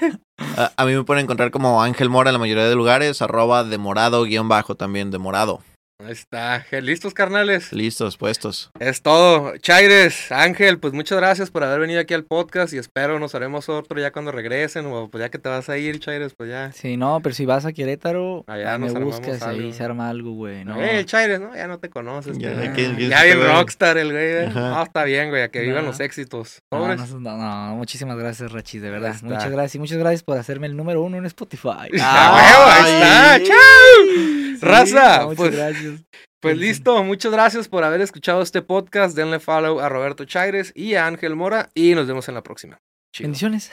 [SPEAKER 2] A, a mí me pueden encontrar como Ángel Mora en la mayoría de lugares, arroba demorado guión bajo también, demorado.
[SPEAKER 1] Ahí está. ¿Listos, carnales?
[SPEAKER 2] Listos, puestos.
[SPEAKER 1] Es todo. Chaires, Ángel, pues muchas gracias por haber venido aquí al podcast y espero nos haremos otro ya cuando regresen o pues ya que te vas a ir, Chaires, pues ya.
[SPEAKER 3] Sí, no, pero si vas a Querétaro,
[SPEAKER 1] Allá
[SPEAKER 3] me
[SPEAKER 1] nos armamos
[SPEAKER 3] buscas
[SPEAKER 1] algo.
[SPEAKER 3] ahí, se arma algo, güey. No.
[SPEAKER 1] Eh, el Chaires, no, ya no te conoces.
[SPEAKER 2] Ya,
[SPEAKER 1] pues,
[SPEAKER 2] ¿quién- quién
[SPEAKER 1] ya
[SPEAKER 2] se te
[SPEAKER 1] bien
[SPEAKER 2] ve?
[SPEAKER 1] rockstar el güey. eh.
[SPEAKER 2] Ajá.
[SPEAKER 1] No, está bien, güey, a que vivan
[SPEAKER 3] Nah.
[SPEAKER 1] los éxitos.
[SPEAKER 3] No,
[SPEAKER 1] Sobres.
[SPEAKER 3] no, no, no, muchísimas gracias, Rachis, de verdad.
[SPEAKER 1] está.
[SPEAKER 3] Muchas gracias y muchas gracias por hacerme el número uno en Spotify.
[SPEAKER 1] Ah, huevo, ahí
[SPEAKER 2] Ay.
[SPEAKER 1] está. ¡Chao!
[SPEAKER 3] Sí,
[SPEAKER 1] raza,
[SPEAKER 3] muchas
[SPEAKER 1] pues-
[SPEAKER 3] gracias.
[SPEAKER 1] Pues
[SPEAKER 3] Sí, sí.
[SPEAKER 1] listo, muchas gracias por haber escuchado este podcast. Denle follow a Roberto Chaires y a Ángel Mora y nos vemos en la próxima. Chido.
[SPEAKER 3] Bendiciones.